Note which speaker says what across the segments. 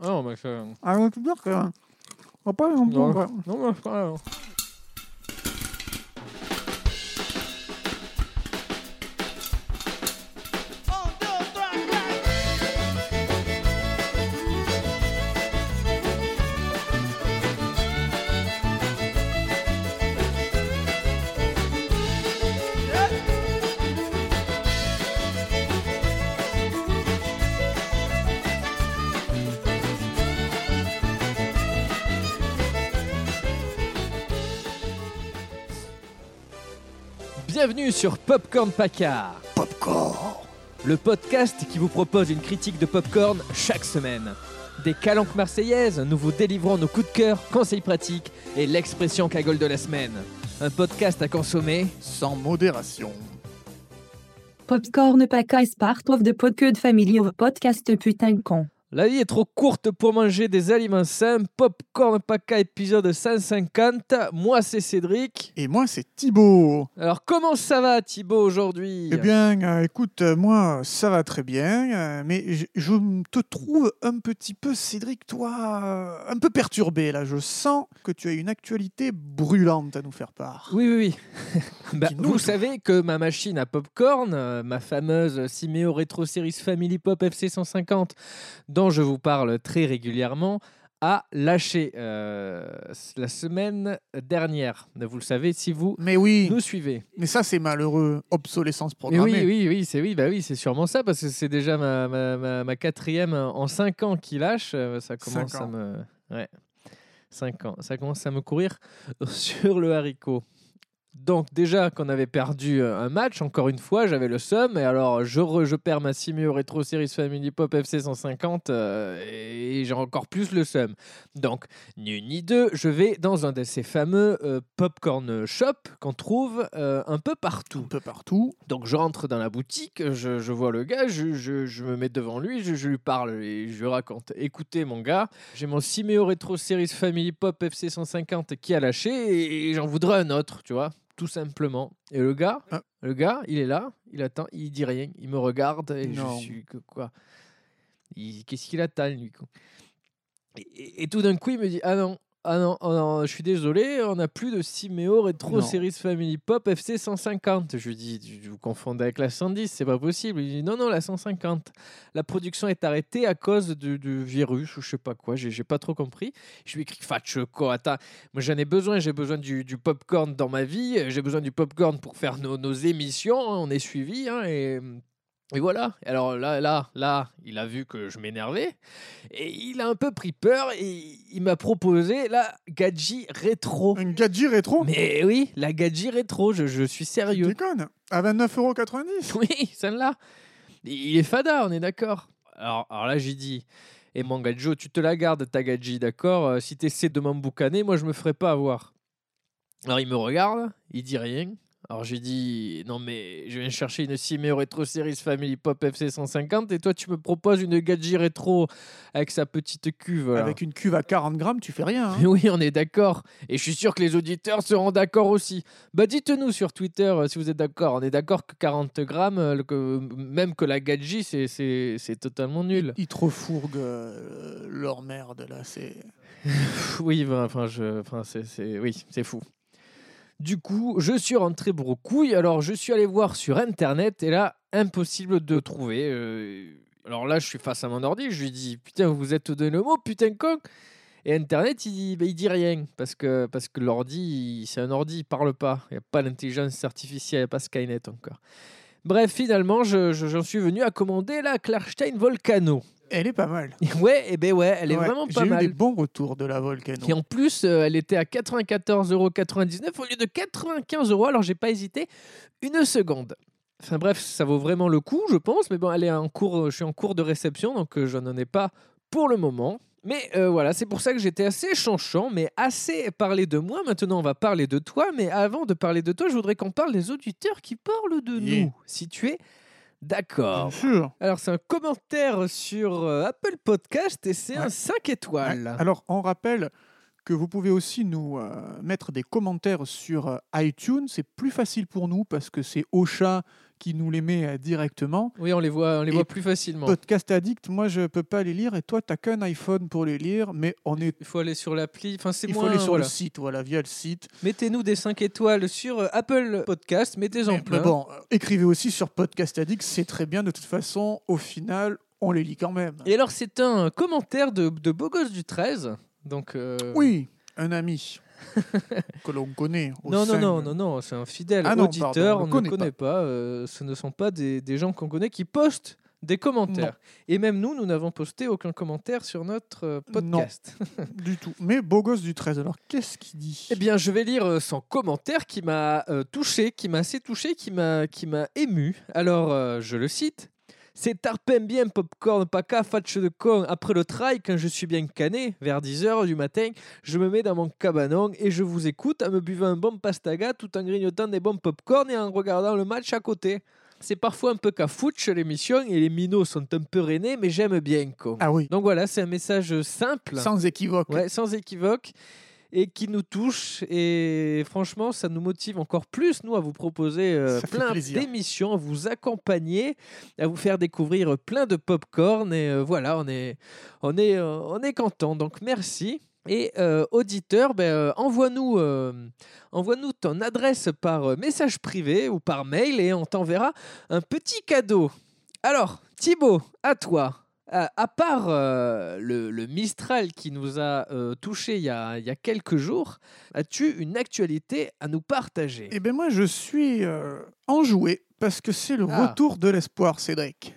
Speaker 1: Ah
Speaker 2: bah,
Speaker 1: non, mais c'est.
Speaker 3: Ah, mais tu dire que.
Speaker 4: hein.
Speaker 3: On va pas les entendre,
Speaker 1: Non,
Speaker 3: quoi.
Speaker 1: non,
Speaker 2: bah,
Speaker 1: mais c'est pas grave.
Speaker 2: Bienvenue sur Popcorn Packard. Popcorn Le podcast qui vous propose une critique de popcorn chaque semaine. Des calanques marseillaises, nous vous délivrons nos coups de cœur, conseils pratiques et l'expression cagole de la semaine. Un podcast à consommer.
Speaker 4: Sans modération.
Speaker 5: Popcorn Paca is part of the Podcud family of podcast putain con.
Speaker 2: La vie est trop courte pour manger des aliments sains. Popcorn Paca épisode 150. Moi c'est Cédric.
Speaker 4: Et moi, c'est Thibaut.
Speaker 2: Alors comment ça va Thibaut aujourd'hui
Speaker 4: Eh bien, euh, écoute, euh, moi, ça va très bien, euh, mais je, je m- te trouve un petit peu, Cédric, toi, euh, un peu perturbé, là. Je sens que tu as une actualité brûlante à nous faire part.
Speaker 2: Oui, oui, oui. Bah,
Speaker 4: Dis-nous
Speaker 2: vous
Speaker 4: tout.
Speaker 2: savez que ma machine à popcorn, euh, ma fameuse Simeo Retro Series Family Pop FC150, dont je vous parle très régulièrement, a lâché euh, la semaine dernière. Vous le savez si vous
Speaker 4: Mais oui,
Speaker 2: nous suivez.
Speaker 4: mais ça, c'est malheureux. Obsolescence
Speaker 2: Mais
Speaker 4: programmée.
Speaker 2: oui, oui, oui, c'est oui, bah oui, c'est sûrement ça parce que c'est déjà ma, ma- ma- ma quatrième en cinq ans qui lâche. Euh, Ça commence
Speaker 4: Cinq
Speaker 2: à
Speaker 4: ans.
Speaker 2: me, ouais, cinq ans. Ça commence à me courir sur le haricot. Donc déjà qu'on avait perdu euh, un match, encore une fois, j'avais le seum. Et alors je, re- je perds ma Simio Retro Series Family Pop FC 150 euh, et j'ai encore plus le seum. Donc ni une ni deux, je vais dans un de ces fameux euh, popcorn shop qu'on trouve euh, un peu partout.
Speaker 4: Un peu partout.
Speaker 2: Donc je rentre dans la boutique, je, je vois le gars, je, je- je me mets devant lui, je, je lui parle et je lui raconte. Écoutez mon gars, j'ai mon Simeo Retro Series Family Pop FC 150 qui a lâché et, et j'en voudrais un autre, tu vois, tout simplement. Et le gars,
Speaker 4: Ah.
Speaker 2: le gars, il est là, il attend, il dit rien, il me regarde et
Speaker 4: Non.
Speaker 2: je suis que- quoi Il- Qu'est-ce qu'il attend lui quoi et, et- et tout d'un coup il me dit ah non. Ah non, oh non, je suis désolé, on n'a plus de Simeo Retro
Speaker 4: Non.
Speaker 2: Series Family Pop FC 150. Je lui dis, tu- vous confondez avec la 110, c'est pas possible. Il dit, non, non, la 150. La production est arrêtée à cause du, du virus ou je sais pas quoi, j'ai j'ai pas trop compris. Je lui écris, fatch quoi, attends, moi j'en ai besoin, j'ai besoin du, du popcorn dans ma vie, euh, j'ai besoin du popcorn pour faire nos, nos émissions, hein, on est suivis, hein, et, et voilà. Alors là, là, là, il a vu que je m'énervais, et il a un peu pris peur, et il m'a proposé la Gadji Rétro.
Speaker 4: Un gadget rétro.
Speaker 2: Mais oui, la Gadji Rétro, je, je suis
Speaker 4: Tu
Speaker 2: sérieux.
Speaker 4: déconnes. À 29,90€.
Speaker 2: Oui, celle-là. Il est fada, on est d'accord. Alors, alors là, j'ai dit, et mon gadjo, tu te la gardes, ta gadji, d'accord Euh, Si t'essaies de m'emboucaner, moi, je me ferai pas avoir. Alors, il me regarde, il dit rien. Alors, j'ai dit, non, mais je viens chercher une Simeo Retro Series Family Pop FC 150, et toi, tu me proposes une gadji rétro avec sa petite cuve. là.
Speaker 4: Avec une cuve à 40 grammes, tu fais rien. hein.
Speaker 2: Mais oui, on est d'accord. Et je suis sûr que les auditeurs seront d'accord aussi. Bah dites-nous sur Twitter euh, si vous êtes d'accord. On est d'accord que 40 grammes, euh, le- que- même que la gadji, c'est- c'est c'est totalement nul.
Speaker 4: Ils te refourguent euh, leur merde, là. C'est.
Speaker 2: Pff, oui, ben, enfin, je, enfin, c'est- c'est, oui, c'est fou. Du coup, je suis rentré brocouille. Alors, je suis allé voir sur Internet et là, impossible de trouver. euh, alors là, je suis face à mon ordi. Je lui dis, putain, vous vous êtes donné le mot, putain, con. Et Internet, il dit, ben, il dit rien parce que parce que l'ordi, il- c'est un ordi, il parle pas. Il n'y a pas d'intelligence artificielle, il n'y a pas Skynet encore. Bref, finalement, je- je- j'en suis venu à commander la Klarstein Volcano.
Speaker 4: Elle est pas mal.
Speaker 2: Ouais, et ben ouais, elle est
Speaker 4: Ouais,
Speaker 2: vraiment pas mal.
Speaker 4: J'ai eu des bons retours de la Volcano.
Speaker 2: Et en plus, euh, elle était à 94,99€ au lieu de 95€, alors j'ai pas hésité une seconde. Enfin bref, ça vaut vraiment le coup, je pense, mais bon, elle est en cours, euh, je suis en cours de réception, donc euh, je n'en ai pas pour le moment. Mais euh, voilà, c'est pour ça que j'étais assez chanchant, mais assez parlé de moi. Maintenant, on va parler de toi, mais avant de parler de toi, je voudrais qu'on parle des auditeurs qui parlent de
Speaker 4: Yeah. Mm.
Speaker 2: nous, si tu es d'accord.
Speaker 4: Bien sûr.
Speaker 2: Alors, c'est un commentaire sur euh, Apple Podcast et c'est un 5 étoiles.
Speaker 4: Ouais. Alors, on rappelle que vous pouvez aussi nous euh, mettre des commentaires sur euh, iTunes. C'est plus facile pour nous parce que c'est Ocha qui nous les met euh, directement.
Speaker 2: Oui, on les voit, on les
Speaker 4: Et
Speaker 2: voit plus facilement.
Speaker 4: Podcast addict, moi je peux pas les lire et toi t'as qu'un iPhone pour les lire, mais on est.
Speaker 2: Il faut aller sur l'appli. Enfin, c'est
Speaker 4: Il
Speaker 2: moins.
Speaker 4: faut aller sur
Speaker 2: voilà.
Speaker 4: le site, voilà, via le site.
Speaker 2: Mettez-nous des 5 étoiles sur euh, Apple Podcast. Mettez-en
Speaker 4: Mais,
Speaker 2: plein.
Speaker 4: bon, euh, écrivez aussi sur Podcast Addict, c'est très bien. De toute façon, au final, on les lit quand même.
Speaker 2: Et alors, c'est un commentaire de, de Beau Gosse du 13. Donc, euh,
Speaker 4: Oui, un ami que l'on connaît. au
Speaker 2: Non,
Speaker 4: sein
Speaker 2: non, non,
Speaker 4: de-
Speaker 2: non, non, c'est un fidèle
Speaker 4: Ah non,
Speaker 2: auditeur,
Speaker 4: pardon, on
Speaker 2: on
Speaker 4: le
Speaker 2: ne
Speaker 4: connaît
Speaker 2: le connaît pas, euh, ce ne sont pas des, des gens qu'on connaît qui postent des commentaires. Et même nous, nous n'avons posté aucun commentaire sur notre euh,
Speaker 4: Non.
Speaker 2: podcast.
Speaker 4: du tout. Mais beau gosse du 13, alors qu'est-ce qu'il dit
Speaker 2: Eh bien, je vais lire euh, son commentaire qui m'a euh, touché, qui m'a assez touché, qui m'a qui m'a ému. Alors, euh, je le cite. C'est tarpin bien, popcorn, paca, fatch de con. Après le trail, quand je suis bien cané, vers 10h du matin, je me mets dans mon cabanon et je vous écoute en me buvant un bon pastaga tout en grignotant des bons popcorn et en regardant le match à côté. C'est parfois un peu cafouche l'émission et les minots sont un peu rainés, mais j'aime bien con.
Speaker 4: Ah oui,
Speaker 2: Donc voilà, c'est un message simple.
Speaker 4: sans équivoque.
Speaker 2: Ouais, sans équivoque et qui nous touche. Et franchement, ça nous motive encore plus, nous, à vous proposer euh,
Speaker 4: Ça fait
Speaker 2: plein
Speaker 4: plaisir.
Speaker 2: d'émissions, à vous accompagner, à vous faire découvrir euh, plein de pop-corn. Et euh, voilà, on est, on est, euh, on est content. Donc, merci. Et euh, auditeur, ben, euh, envoie-nous euh, envoie-nous ton adresse par euh, message privé ou par mail et on t'enverra un petit cadeau. Alors, Thibaut, à toi. À, à part euh, le, le Mistral qui nous a euh, touchés il y a, il y a quelques jours, as-tu une actualité à nous partager
Speaker 4: Eh bien moi je suis euh, enjoué parce que c'est le
Speaker 2: Ah.
Speaker 4: retour de l'espoir, Cédric.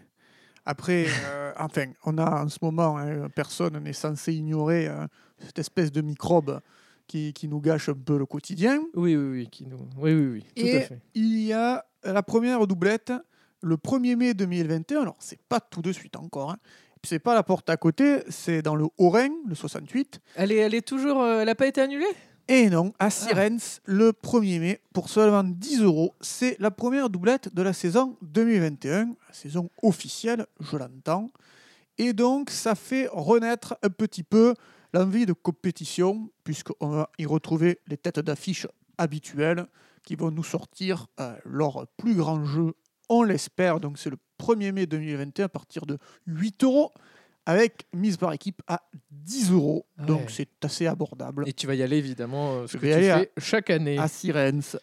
Speaker 4: Après, euh, enfin, on a en ce moment, hein, personne n'est censé ignorer euh, cette espèce de microbe qui, qui nous gâche un peu le quotidien.
Speaker 2: Oui, oui, oui, qui nous... oui, oui, oui, tout
Speaker 4: Et-
Speaker 2: à fait.
Speaker 4: Il y a la première doublette le 1er mai 2021, alors c'est pas tout de suite encore, hein. Puis c'est pas la porte à côté, c'est dans le Haut-Rhin, le 68,
Speaker 2: Elle est, elle est toujours, euh, elle n'a pas été annulée
Speaker 4: Et non, à Sirens, le 1er mai, pour seulement 10 euros, c'est la première doublette de la saison 2021, la saison officielle, je l'entends. Et donc, ça fait renaître un petit peu l'envie de compétition, puisqu'on va y retrouver les têtes d'affiche habituelles qui vont nous sortir euh, leur plus grand jeu, on l'espère. Donc, c'est le 1er mai 2021 à partir de 8 euros, avec mise par équipe à 10 euros.
Speaker 2: Ouais.
Speaker 4: Donc, c'est assez abordable
Speaker 2: Et tu vas y aller évidemment, euh, ce
Speaker 4: Je
Speaker 2: que
Speaker 4: vais
Speaker 2: tu
Speaker 4: aller à-
Speaker 2: fais chaque année.
Speaker 4: à Sirens,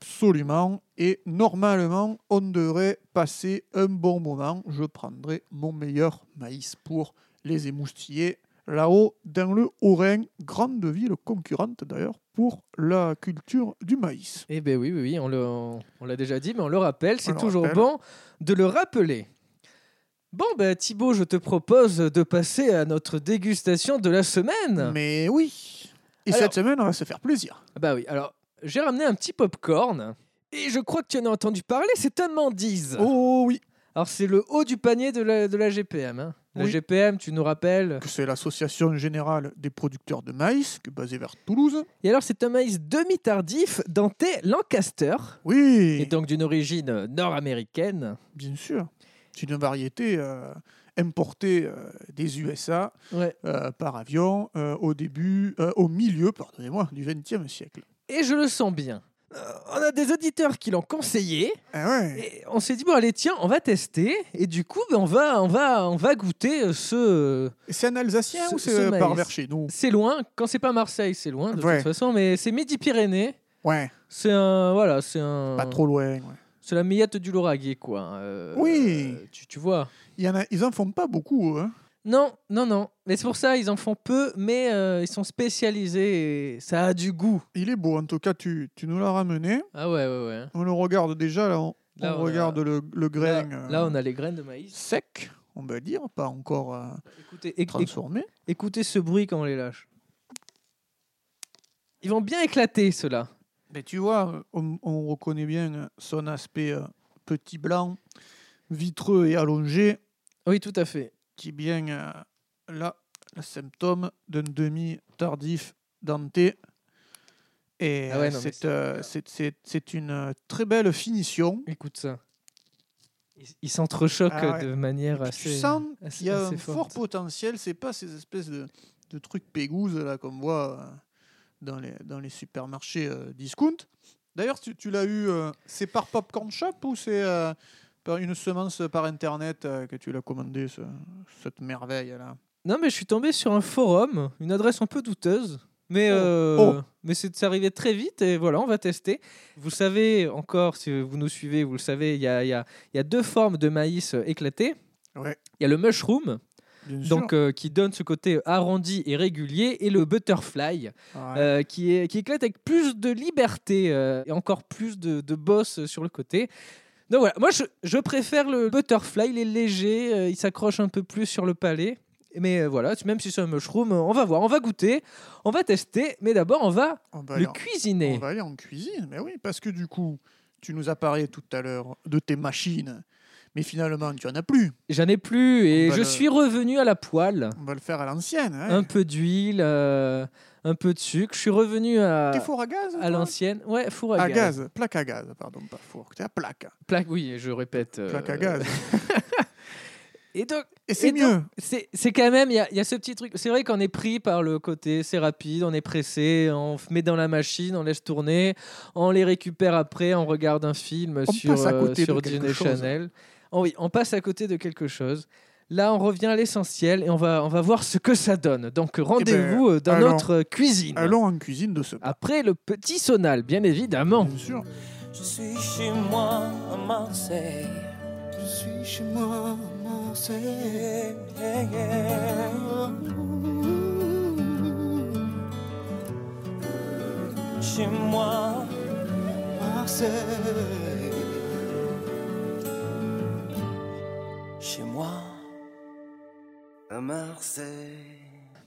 Speaker 4: absolument. Et normalement, on devrait passer un bon moment. Je prendrai mon meilleur maïs pour les émoustiller là-haut dans le Haut-Rhin, grande ville concurrente d'ailleurs pour la culture du maïs.
Speaker 2: Eh bien oui, oui, oui, on le- on on l'a déjà dit, mais on le rappelle, c'est
Speaker 4: le
Speaker 2: toujours
Speaker 4: rappelle.
Speaker 2: bon de le rappeler. Bon, ben Thibaut, je te propose de passer à notre dégustation de la semaine.
Speaker 4: Mais oui Et
Speaker 2: Ah. Alors-
Speaker 4: cette semaine, on va se faire plaisir.
Speaker 2: Ah Bah oui, alors j'ai ramené un petit popcorn et je crois que tu en as entendu parler, c'est un Mandise.
Speaker 4: Oh oui
Speaker 2: Alors c'est le haut du panier de la, de la GPM. hein. La
Speaker 4: Oui.
Speaker 2: GPM, tu nous rappelles.
Speaker 4: Que C'est l'Association Générale des Producteurs de Maïs, qui est basée vers Toulouse.
Speaker 2: Et alors c'est un maïs demi-tardif denté Lancaster,
Speaker 4: Oui
Speaker 2: et donc d'une origine nord-américaine.
Speaker 4: Bien sûr. C'est une variété euh, importée euh, des USA
Speaker 2: Ouais.
Speaker 4: euh, par avion euh, au début, euh, au milieu, pardonnez-moi, du XXe siècle.
Speaker 2: Et je le sens bien. Euh, on a des auditeurs qui l'ont conseillé.
Speaker 4: Ah ouais.
Speaker 2: Et on s'est dit, bon allez, tiens, on va tester. Et du coup, ben, on, va, on, va, on va goûter euh, ce...
Speaker 4: C'est un Alsacien
Speaker 2: Ce-
Speaker 4: ou
Speaker 2: ce
Speaker 4: c'est
Speaker 2: maïs.
Speaker 4: par vers chez nous
Speaker 2: C'est loin, quand c'est pas Marseille, c'est loin de
Speaker 4: Ouais.
Speaker 2: toute façon, mais c'est Midi-Pyrénées.
Speaker 4: Ouais,
Speaker 2: C'est un. Voilà, c'est un.
Speaker 4: pas trop loin. ouais.
Speaker 2: C'est la miette du Lauragais, quoi. Euh,
Speaker 4: Oui.
Speaker 2: euh, tu, tu vois.
Speaker 4: Il y en a, ils en font pas beaucoup. Hein.
Speaker 2: Non, non, non. Mais c'est pour ça, ils en font peu, mais euh, ils sont spécialisés et ça a du goût.
Speaker 4: Il est beau, en tout cas, tu, tu nous l'as ramené.
Speaker 2: Ah ouais, ouais, ouais.
Speaker 4: On le regarde déjà, là, on,
Speaker 2: Là,
Speaker 4: on
Speaker 2: on a-
Speaker 4: regarde le, le
Speaker 2: Là,
Speaker 4: grain euh,
Speaker 2: là, on a les graines de maïs.
Speaker 4: sec, on va dire, pas encore euh,
Speaker 2: Écoutez, éc- éc-
Speaker 4: transformé.
Speaker 2: écoutez ce bruit quand on les lâche. Ils vont bien éclater, ceux-là.
Speaker 4: Mais tu vois, on, on reconnaît bien son aspect euh, petit blanc, vitreux et allongé,
Speaker 2: Oui, tout à fait.
Speaker 4: qui est bien euh, là, le symptôme d'un demi tardif denté. Et
Speaker 2: Ah ouais,
Speaker 4: euh,
Speaker 2: non, mais
Speaker 4: c'est
Speaker 2: c'est
Speaker 4: euh,
Speaker 2: super.
Speaker 4: c'est- c'est- c'est une euh, très belle finition.
Speaker 2: Écoute ça. Ils- Ils s'entrechoquent
Speaker 4: Ah ouais.
Speaker 2: de manière
Speaker 4: Puis
Speaker 2: assez.
Speaker 4: tu sens
Speaker 2: assez-
Speaker 4: qu'il y a
Speaker 2: assez
Speaker 4: un fort
Speaker 2: forte.
Speaker 4: potentiel, c'est pas ces espèces de, de trucs pégouses là qu'on voit euh, dans les, dans les supermarchés euh, discount. D'ailleurs, tu, tu l'as eu, euh, c'est par Popcorn Shop ou c'est euh, par une semence par Internet euh, que tu l'as commandé, ce- cette merveille-là
Speaker 2: Non, mais je suis tombé sur un forum, une adresse un peu douteuse. Mais, euh,
Speaker 4: Oh.
Speaker 2: mais c'est arrivé très vite et voilà, on va tester. Vous savez encore, si vous nous suivez, vous le savez, il y a, il y a- il y a deux formes de maïs euh, éclaté.
Speaker 4: Ouais.
Speaker 2: Il y a le mushroom,
Speaker 4: Bien
Speaker 2: donc, euh, qui donne ce côté arrondi et régulier, et le butterfly, euh, qui, est, qui éclate avec plus de liberté euh, et encore plus de, de boss euh, sur le côté. Donc voilà, moi je, je préfère le butterfly, il est léger, euh, il s'accroche un peu plus sur le palais. Mais euh, voilà, même si c'est un mushroom, euh, on va voir, on va goûter, on va tester, mais d'abord on va
Speaker 4: on, va aller
Speaker 2: le
Speaker 4: en, on
Speaker 2: cuisiner.
Speaker 4: va aller en cuisine, mais oui, parce que du coup, tu nous as parlé tout à l'heure de tes machines, mais finalement, tu en as plus.
Speaker 2: J'en ai plus et
Speaker 4: On va
Speaker 2: je
Speaker 4: le-
Speaker 2: suis revenu à la poêle.
Speaker 4: On va le faire à l'ancienne. Hein.
Speaker 2: Un peu d'huile, euh, un peu de sucre. Je suis revenu à,
Speaker 4: T'es four à gaz
Speaker 2: à
Speaker 4: toi
Speaker 2: l'ancienne. Ouais, four à,
Speaker 4: À
Speaker 2: gaz.
Speaker 4: gaz, plaque à gaz, pardon, pas four, t'es à plaque.
Speaker 2: Plaque, oui, je répète. euh,
Speaker 4: Plaque à gaz.
Speaker 2: Et donc,
Speaker 4: Et c'est
Speaker 2: et donc, euh,
Speaker 4: mieux.
Speaker 2: C'est c'est quand même, il y, a- il y a ce petit truc. C'est vrai qu'on est pris par le côté, c'est rapide, on est pressé, on f- met dans la machine, on laisse tourner, on les récupère après, on regarde un film
Speaker 4: On
Speaker 2: sur,
Speaker 4: passe à
Speaker 2: euh,
Speaker 4: côté de
Speaker 2: sur
Speaker 4: quelque
Speaker 2: Disney
Speaker 4: chose.
Speaker 2: Channel. Oh oui, on passe à côté de quelque chose. Là, on revient à l'essentiel et on va, on va voir ce que ça donne. Donc, rendez-vous euh, dans
Speaker 4: Eh ben, allons.
Speaker 2: notre euh, cuisine.
Speaker 4: Allons en cuisine de ce plat.
Speaker 2: Après le petit sonal, bien évidemment.
Speaker 4: Bien sûr.
Speaker 1: Je suis chez moi à Marseille. Je suis chez moi à Marseille. Chez moi, Marseille. Chez moi à Marseille.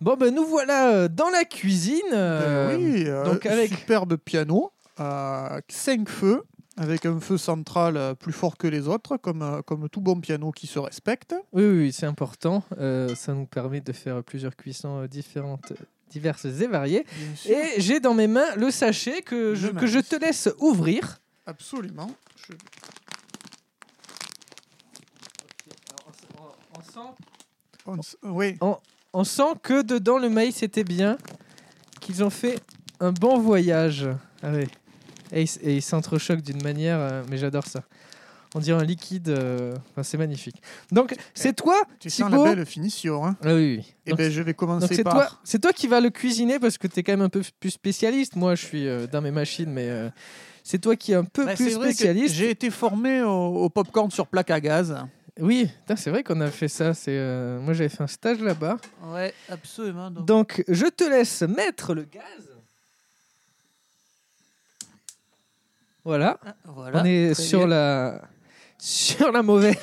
Speaker 2: Bon, ben nous voilà euh, dans la cuisine. euh,
Speaker 4: Euh, oui, euh,
Speaker 2: donc avec-
Speaker 4: superbe piano, euh, cinq feux, avec un feu central euh, plus fort que les autres, comme, euh, comme tout bon piano qui se respecte.
Speaker 2: Oui, oui, oui, c'est important. Euh, ça nous permet de faire plusieurs cuissons euh, différentes, euh, diverses et variées. Et j'ai dans mes mains le sachet que je,
Speaker 4: Le
Speaker 2: que je te
Speaker 4: maïs.
Speaker 2: laisse ouvrir.
Speaker 4: Absolument. Je-
Speaker 2: on, sent...
Speaker 4: on s- euh, Oui,
Speaker 2: que dedans le maïs était bien, qu'ils ont fait un bon voyage. Ah ouais. Et ils s- et ils s'entrechoquent d'une manière, euh, mais j'adore ça. On dirait un liquide, euh, enfin, c'est magnifique. Donc c'est toi,
Speaker 4: tu sens la
Speaker 2: Thibaut.
Speaker 4: belle finition. hein.
Speaker 2: Ah oui, oui.
Speaker 4: Eh
Speaker 2: Donc,
Speaker 4: ben, je vais
Speaker 2: Donc
Speaker 4: commencer
Speaker 2: c'est
Speaker 4: par...
Speaker 2: toi, c'est toi qui vas le cuisiner parce que tu es quand même un peu plus spécialiste. Moi, je suis euh, dans mes machines, mais euh, c'est toi qui es un peu
Speaker 4: Bah,
Speaker 2: plus
Speaker 4: c'est vrai que
Speaker 2: spécialiste.
Speaker 4: J'ai été formé au, au popcorn sur plaque à gaz.
Speaker 2: Oui, putain, c'est vrai qu'on a fait ça. C'est euh, moi j'avais fait un stage là-bas.
Speaker 4: Ouais, absolument.
Speaker 2: Donc je te laisse mettre le gaz. Voilà,
Speaker 4: Ah, voilà.
Speaker 2: on est
Speaker 4: très
Speaker 2: sur
Speaker 4: bien.
Speaker 2: la sur la mauvaise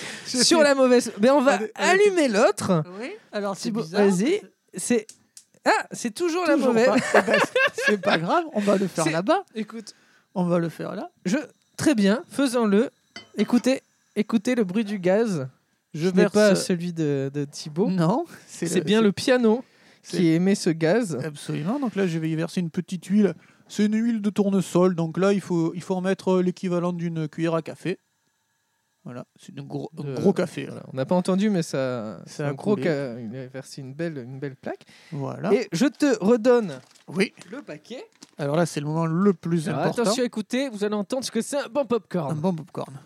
Speaker 2: sur la mauvaise. Mais on va
Speaker 4: Allez, allez.
Speaker 2: allumer l'autre.
Speaker 4: Oui, alors
Speaker 2: Thibaut, vas-y. C'est ah, c'est toujours, la
Speaker 4: Toujours
Speaker 2: mauvaise.
Speaker 4: pas. Eh ben, C'est pas grave, on va le faire
Speaker 2: C'est-
Speaker 4: là-bas,
Speaker 2: Écoute,
Speaker 4: on va le faire là.
Speaker 2: Je... Très bien, faisons-le. Écoutez, écoutez le bruit du gaz.
Speaker 4: Je
Speaker 2: Ce n'est
Speaker 4: verse-
Speaker 2: pas celui de, de Thibaut.
Speaker 4: Non,
Speaker 2: C'est bien le piano
Speaker 4: c'est-
Speaker 2: qui émet ce gaz.
Speaker 4: Absolument. Donc là, je vais y verser une petite huile. C'est une huile de tournesol. Donc là, il faut, il faut en mettre euh, l'équivalent d'une cuillère à café. Voilà, c'est un gros, un
Speaker 2: De-
Speaker 4: gros café. là.
Speaker 2: Voilà, on n'a pas entendu, mais ça,
Speaker 4: Ça
Speaker 2: c'est
Speaker 4: a
Speaker 2: un gros
Speaker 4: coulé.
Speaker 2: ca- Il a versé une belle, une belle plaque.
Speaker 4: Voilà.
Speaker 2: Et je te redonne
Speaker 4: Oui.
Speaker 2: le paquet.
Speaker 4: Alors là, c'est le moment le plus
Speaker 2: Alors,
Speaker 4: important.
Speaker 2: attention, écoutez, vous allez entendre ce que c'est un bon
Speaker 4: Un
Speaker 2: popcorn.
Speaker 4: bon popcorn.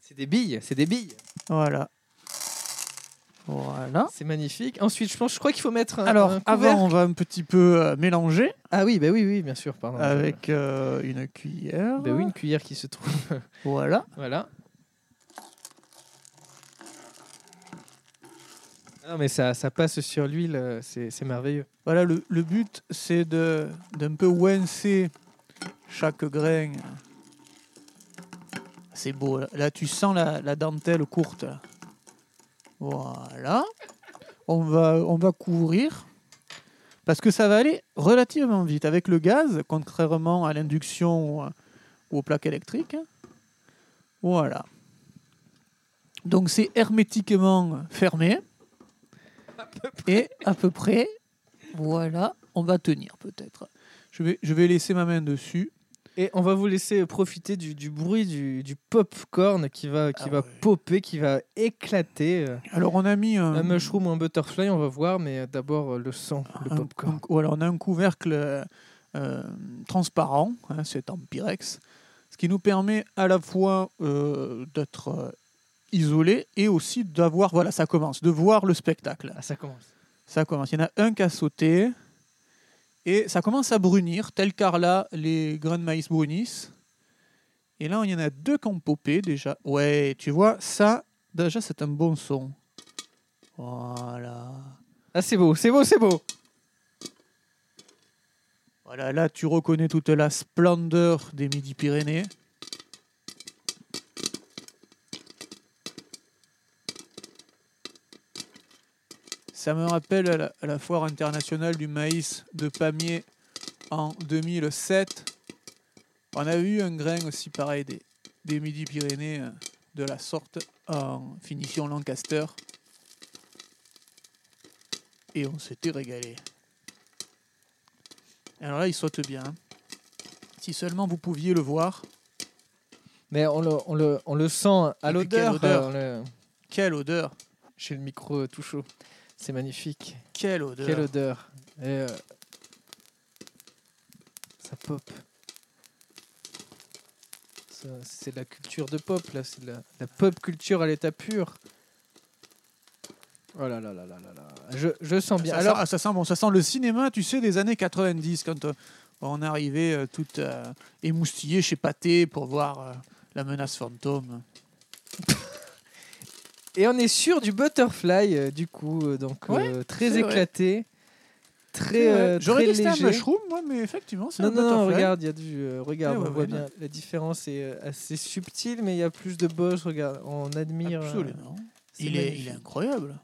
Speaker 2: C'est des billes, c'est des billes.
Speaker 4: Voilà. Voilà.
Speaker 2: C'est magnifique. Ensuite, je pense, je crois qu'il faut mettre un.
Speaker 4: Alors,
Speaker 2: un couvert.
Speaker 4: avant, on va un petit peu euh, mélanger
Speaker 2: Ah oui, bah oui, oui, bien sûr, pardon.
Speaker 4: avec euh, une cuillère.
Speaker 2: Bah oui, une cuillère qui se trouve.
Speaker 4: Voilà.
Speaker 2: Voilà. Non, mais ça, ça passe sur l'huile, euh, c'est c'est merveilleux.
Speaker 4: Voilà, le, le but, c'est de d'un peu wincer chaque grain. C'est beau. Là, Là, tu sens la, la dentelle courte. là. Voilà. On va, on va couvrir. Parce que ça va aller relativement vite. Avec le gaz, contrairement à l'induction ou, à- ou aux plaques électriques. hein. Voilà. Donc, c'est hermétiquement fermé. Et à peu près, voilà, on va tenir peut-être. Je vais, je vais laisser ma main dessus.
Speaker 2: Et on va vous laisser profiter du, du bruit du, du popcorn qui va, qui
Speaker 4: Ah
Speaker 2: va
Speaker 4: ouais.
Speaker 2: popper, qui va éclater. euh,
Speaker 4: Alors on a mis un,
Speaker 2: Un mushroom ou un butterfly, on va voir, mais d'abord euh, le sang, le
Speaker 4: un-
Speaker 2: popcorn.
Speaker 4: un- voilà, on a un couvercle euh, euh, transparent, hein, c'est en pyrex, ce qui nous permet à la fois euh, d'être euh, isolé et aussi d'avoir, voilà, ça commence, de voir le spectacle.
Speaker 2: Ah, ça commence.
Speaker 4: Ça commence. Il y en a un qui a sauté. Et ça commence à brunir, tel Carla, les grains de maïs brunissent. Et là, il y en a deux qui ont popé déjà. Ouais, tu vois, ça, déjà, c'est un bon son. Voilà.
Speaker 2: Ah, c'est beau, c'est beau, c'est beau.
Speaker 4: Voilà, là, tu reconnais toute la splendeur des Midi-Pyrénées. Ça me rappelle à la, à la foire internationale du maïs de Pamiers en 2007. On a eu un grain aussi pareil des, des Midi-Pyrénées euh, de la sorte en finition Lancaster. Et on s'était régalé. Alors là, il saute bien. Si seulement vous pouviez le voir,
Speaker 2: Mais on le, on le, on le sent à
Speaker 4: Et puis,
Speaker 2: l'odeur.
Speaker 4: quelle odeur.
Speaker 2: euh, on le-
Speaker 4: quelle odeur
Speaker 2: J'ai le micro euh, tout chaud. C'est magnifique.
Speaker 4: Quelle odeur
Speaker 2: Quelle odeur. Et, euh, Ça pop. Ça, C'est de la culture de pop, là. C'est de la, la pop culture à l'état pur. Oh là là là là là là. Je, je sens bien.
Speaker 4: Ça,
Speaker 2: Alors,
Speaker 4: sent- ah, ça sent bon, ça sent le cinéma, tu sais, des années 90, quand euh, on arrivait euh, tout euh, émoustillé chez Pathé pour voir euh, la menace fantôme.
Speaker 2: Et on est sûr du butterfly, euh, du coup, euh, donc
Speaker 4: Ouais,
Speaker 2: euh, très
Speaker 4: c'est vrai.
Speaker 2: éclaté, très, euh,
Speaker 4: J'aurais
Speaker 2: très
Speaker 4: dit que c'était
Speaker 2: léger.
Speaker 4: un mushroom, moi, mais effectivement, c'est
Speaker 2: non,
Speaker 4: un
Speaker 2: non, non,
Speaker 4: butterfly.
Speaker 2: regarde, il y a du, euh, regarde,
Speaker 4: Ah, ouais,
Speaker 2: on voit
Speaker 4: ouais,
Speaker 2: bien, la différence est euh, assez subtile, mais il y a plus de boss, regarde, on admire. euh,
Speaker 4: Absolument.
Speaker 2: c'est
Speaker 4: Il est, il
Speaker 2: magnifique.
Speaker 4: est incroyable.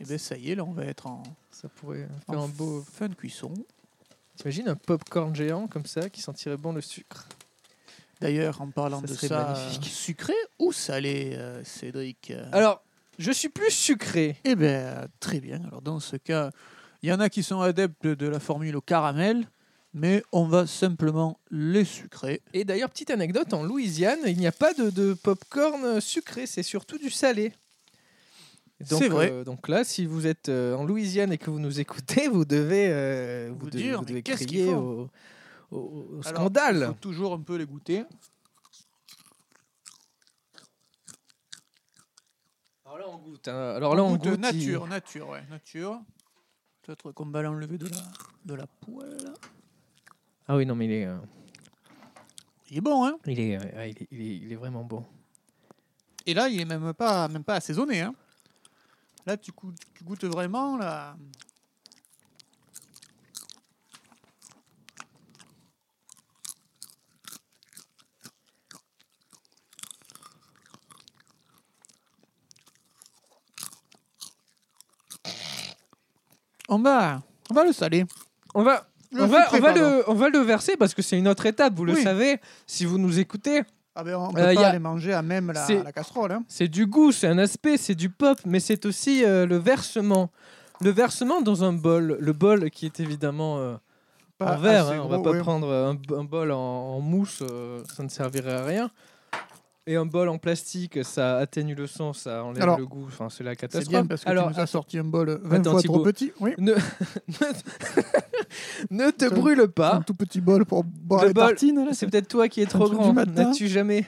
Speaker 4: Et bien, ça y est, là, on va être en,
Speaker 2: Ça pourrait faire
Speaker 4: en
Speaker 2: un beau.
Speaker 4: fin de cuisson.
Speaker 2: T'imagines un popcorn géant comme ça qui sentirait bon le sucre
Speaker 4: D'ailleurs, en parlant
Speaker 2: Ça
Speaker 4: de
Speaker 2: serait
Speaker 4: ça, euh,
Speaker 2: magnifique.
Speaker 4: sucré ou salé, euh, Cédric euh,
Speaker 2: Alors, je suis plus sucré.
Speaker 4: Eh bien, très bien. Alors, dans ce cas, il y en a qui sont adeptes de la formule au caramel, mais on va simplement les sucrer.
Speaker 2: Et d'ailleurs, petite anecdote, en Louisiane, il n'y a pas de, de popcorn sucré, c'est surtout du salé. Donc,
Speaker 4: C'est vrai.
Speaker 2: euh, donc là, si vous êtes euh, en Louisiane et que vous nous écoutez, vous devez, euh, vous
Speaker 4: Vous
Speaker 2: devez-
Speaker 4: dire,
Speaker 2: vous
Speaker 4: mais
Speaker 2: devez
Speaker 4: qu'est-ce qu'ils
Speaker 2: crier
Speaker 4: font
Speaker 2: au, au- au
Speaker 4: Alors,
Speaker 2: scandale.
Speaker 4: Il faut toujours un peu les goûter.
Speaker 2: Alors là, on goûte. hein. Alors là, on goûte.
Speaker 4: de
Speaker 2: il-
Speaker 4: nature, nature, ouais, nature. Peut-être qu'on va l'enlever de la, de la poêle.
Speaker 2: Ah oui, non, mais il est, euh,
Speaker 4: Il est bon, hein
Speaker 2: il, est, euh, ah, il, est, il est- il est vraiment bon.
Speaker 4: Et là, il est même pas, même pas assaisonné, hein Là, tu, cou- tu goûtes vraiment la... On va, on va le saler.
Speaker 2: On va,
Speaker 4: Le
Speaker 2: on va,
Speaker 4: sucrer,
Speaker 2: on va
Speaker 4: pardon.
Speaker 2: le, on va le verser parce que c'est une autre étape. Vous le
Speaker 4: Oui.
Speaker 2: savez, si vous nous écoutez,
Speaker 4: Ah ben, on peut
Speaker 2: Euh, y
Speaker 4: pas
Speaker 2: a-
Speaker 4: les manger à même la,
Speaker 2: C'est-
Speaker 4: la casserole. Hein.
Speaker 2: C'est du goût, c'est un aspect, c'est du pop, mais c'est aussi euh, le versement. Le versement dans un bol, le bol qui est évidemment euh, en verre,
Speaker 4: assez
Speaker 2: hein, on va
Speaker 4: gros,
Speaker 2: pas
Speaker 4: ouais.
Speaker 2: prendre euh, un, b- un bol en, en mousse, euh, ça ne servirait à rien. Et un bol en plastique, ça atténue le son, ça enlève
Speaker 4: Alors,
Speaker 2: le goût, enfin, c'est la catastrophe.
Speaker 4: C'est bien parce que
Speaker 2: Alors,
Speaker 4: tu nous as sorti un bol 20
Speaker 2: attends,
Speaker 4: fois
Speaker 2: Thibaut.
Speaker 4: trop petit. Oui.
Speaker 2: ne te
Speaker 4: Attends.
Speaker 2: brûle
Speaker 4: un
Speaker 2: pas,
Speaker 4: tout petit bol pour boire
Speaker 2: Le
Speaker 4: les
Speaker 2: bol,
Speaker 4: tartines. Là,
Speaker 2: c'est peut-être toi qui es trop
Speaker 4: truc
Speaker 2: grand,
Speaker 4: du matin.
Speaker 2: n'as-tu jamais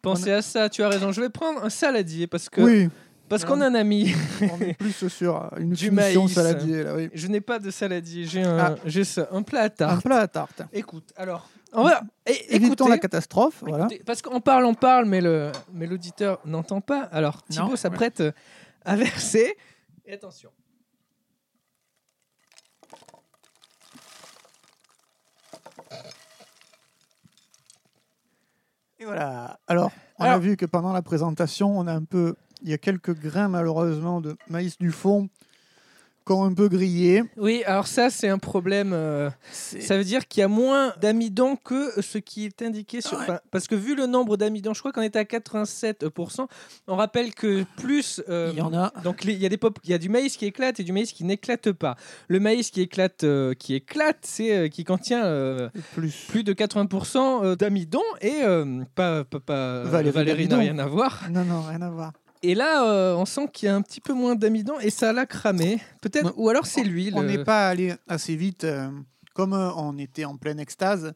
Speaker 2: pensé à ça Tu as raison, je vais prendre un saladier parce que
Speaker 4: Oui,
Speaker 2: parce qu'on a un ami.
Speaker 4: on est plus sur euh, une
Speaker 2: Du
Speaker 4: finition
Speaker 2: maïs.
Speaker 4: saladier. Là, oui.
Speaker 2: Je n'ai pas de saladier, j'ai un,
Speaker 4: Ah.
Speaker 2: j'ai ça, un plat à tarte.
Speaker 4: Un plat à tarte.
Speaker 2: Écoute, alors, on va. é-
Speaker 4: Évitons
Speaker 2: écoutez,
Speaker 4: la catastrophe. Voilà.
Speaker 2: écoutez, parce qu'on parle, on parle, mais le, mais l'auditeur n'entend pas. Alors
Speaker 4: Non,
Speaker 2: Thibaut
Speaker 4: ouais.
Speaker 2: s'apprête euh, à verser. Et attention.
Speaker 4: Et voilà. Alors, on a
Speaker 2: Alors-
Speaker 4: vu que pendant la présentation, on a un peu, il y a quelques grains malheureusement de maïs du fond popcorn un peu grillé.
Speaker 2: Oui, alors ça, c'est un problème. euh, ça veut dire qu'il y a moins d'amidon que ce qui est indiqué sur. enfin, parce que vu le nombre d'amidon, je crois qu'on est à 87%. On rappelle que plus. euh,
Speaker 4: Il y en a.
Speaker 2: Donc les- il y a des pop- il y a du maïs qui éclate et du maïs qui n'éclate pas. Le maïs qui éclate, euh, qui éclate, c'est euh, qui contient euh,
Speaker 4: Plus.
Speaker 2: plus de 80% euh, d'amidon et euh, pas, pas, pas-
Speaker 4: Valérie
Speaker 2: Valérie n'a
Speaker 4: d'amidon.
Speaker 2: rien à voir.
Speaker 4: Non, non, rien à voir.
Speaker 2: Et là, euh, on sent qu'il y a un petit peu moins d'amidon et ça l'a cramé. Peut-être, ou alors c'est lui.
Speaker 4: On
Speaker 2: le-
Speaker 4: n'est pas allé assez vite. euh, comme euh, on était en pleine extase,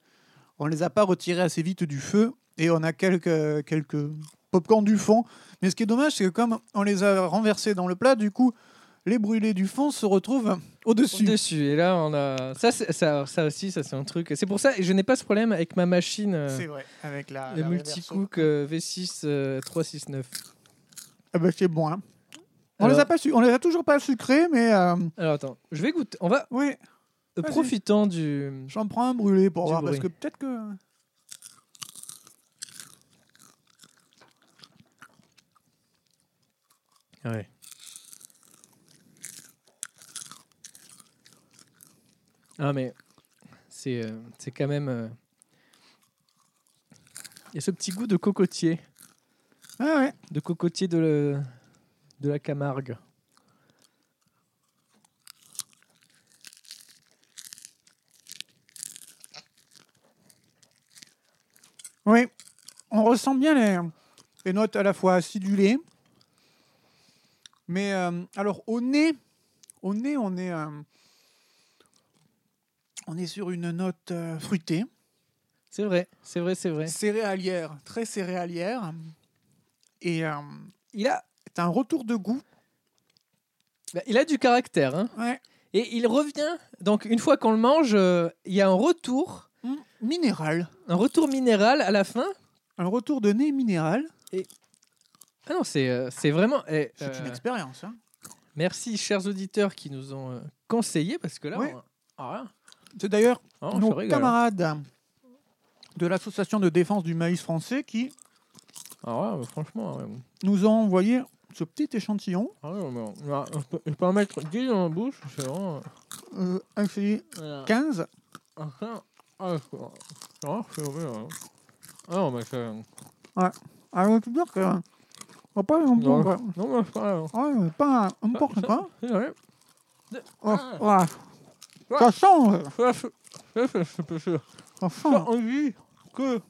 Speaker 4: on les a pas retirés assez vite du feu et on a quelques, quelques popcorn du fond. Mais ce qui est dommage, c'est que comme on les a renversés dans le plat, du coup, les brûlés du fond se retrouvent au-dessus.
Speaker 2: dessus. Et là, on a ça, c'est- ça, ça aussi, ça c'est un truc. C'est pour ça, et je n'ai pas ce problème avec ma machine, euh,
Speaker 4: C'est vrai, avec la,
Speaker 2: le
Speaker 4: la reverso.
Speaker 2: multicook euh, V6 euh, 369.
Speaker 4: Ah bah, c'est bon. hein. On
Speaker 2: Alors-
Speaker 4: les a pas su- on les a toujours pas sucrés, mais euh,
Speaker 2: Alors attends, je vais goûter. On va
Speaker 4: oui,
Speaker 2: euh,
Speaker 4: Vas-y.
Speaker 2: profitant du.
Speaker 4: j'en prends un brûlé pour
Speaker 2: Du
Speaker 4: voir
Speaker 2: bruit.
Speaker 4: parce que peut-être que
Speaker 2: Ouais. Ah mais c'est euh, c'est quand même. euh, Il y a ce petit goût de cocotier,
Speaker 4: ah ouais,
Speaker 2: de cocotier de le- de la Camargue.
Speaker 4: oui, on ressent bien les, les notes à la fois acidulées, mais euh, alors au nez, au nez, on est euh, on est sur une note euh, fruitée,
Speaker 2: C'est vrai, c'est vrai, c'est vrai.
Speaker 4: céréalière, très céréalière, et euh,
Speaker 2: Il a
Speaker 4: t'as un retour de goût.
Speaker 2: Bah, il a du caractère. hein.
Speaker 4: Ouais.
Speaker 2: Et il revient. Donc, une fois qu'on le mange, euh, il y a un retour,
Speaker 4: mm, Minéral,
Speaker 2: un retour minéral à la fin.
Speaker 4: un retour de nez minéral,
Speaker 2: Ah non, c'est euh, c'est vraiment. eh,
Speaker 4: c'est
Speaker 2: euh,
Speaker 4: une expérience. hein.
Speaker 2: merci, chers auditeurs, qui nous ont euh, conseillé, parce que là,
Speaker 4: Oui.
Speaker 2: on- ah,
Speaker 4: C'est d'ailleurs
Speaker 2: ah, je
Speaker 4: nos
Speaker 2: rigole, hein.
Speaker 4: camarades de l'association de défense du maïs français qui
Speaker 2: Ah ouais, franchement, ouais.
Speaker 4: nous ont envoyé ce petit échantillon.
Speaker 2: Ah ouais, mais, ah, je, peux, je peux en mettre 10 dans la bouche. C'est vraiment.
Speaker 4: Euh, actuellement,
Speaker 2: euh,
Speaker 4: 15.
Speaker 2: ah, ça, ah, c'est- ah, c'est horrible, hein. Ah non, mais c'est.
Speaker 4: Ah ouais, c'est bien que. Oh, pas un bon,
Speaker 2: Non.
Speaker 4: quoi.
Speaker 2: Non, mais c'est pas. hein.
Speaker 4: Ouais, Ah, pas un- un porc, quoi.
Speaker 2: c'est vrai.
Speaker 4: Oh, ouais.
Speaker 2: Ah.
Speaker 4: Ça change,
Speaker 2: Ça, c'est- ça, c'est- c'est pas sûr.
Speaker 4: ça
Speaker 2: Soit
Speaker 4: change.
Speaker 2: on dit que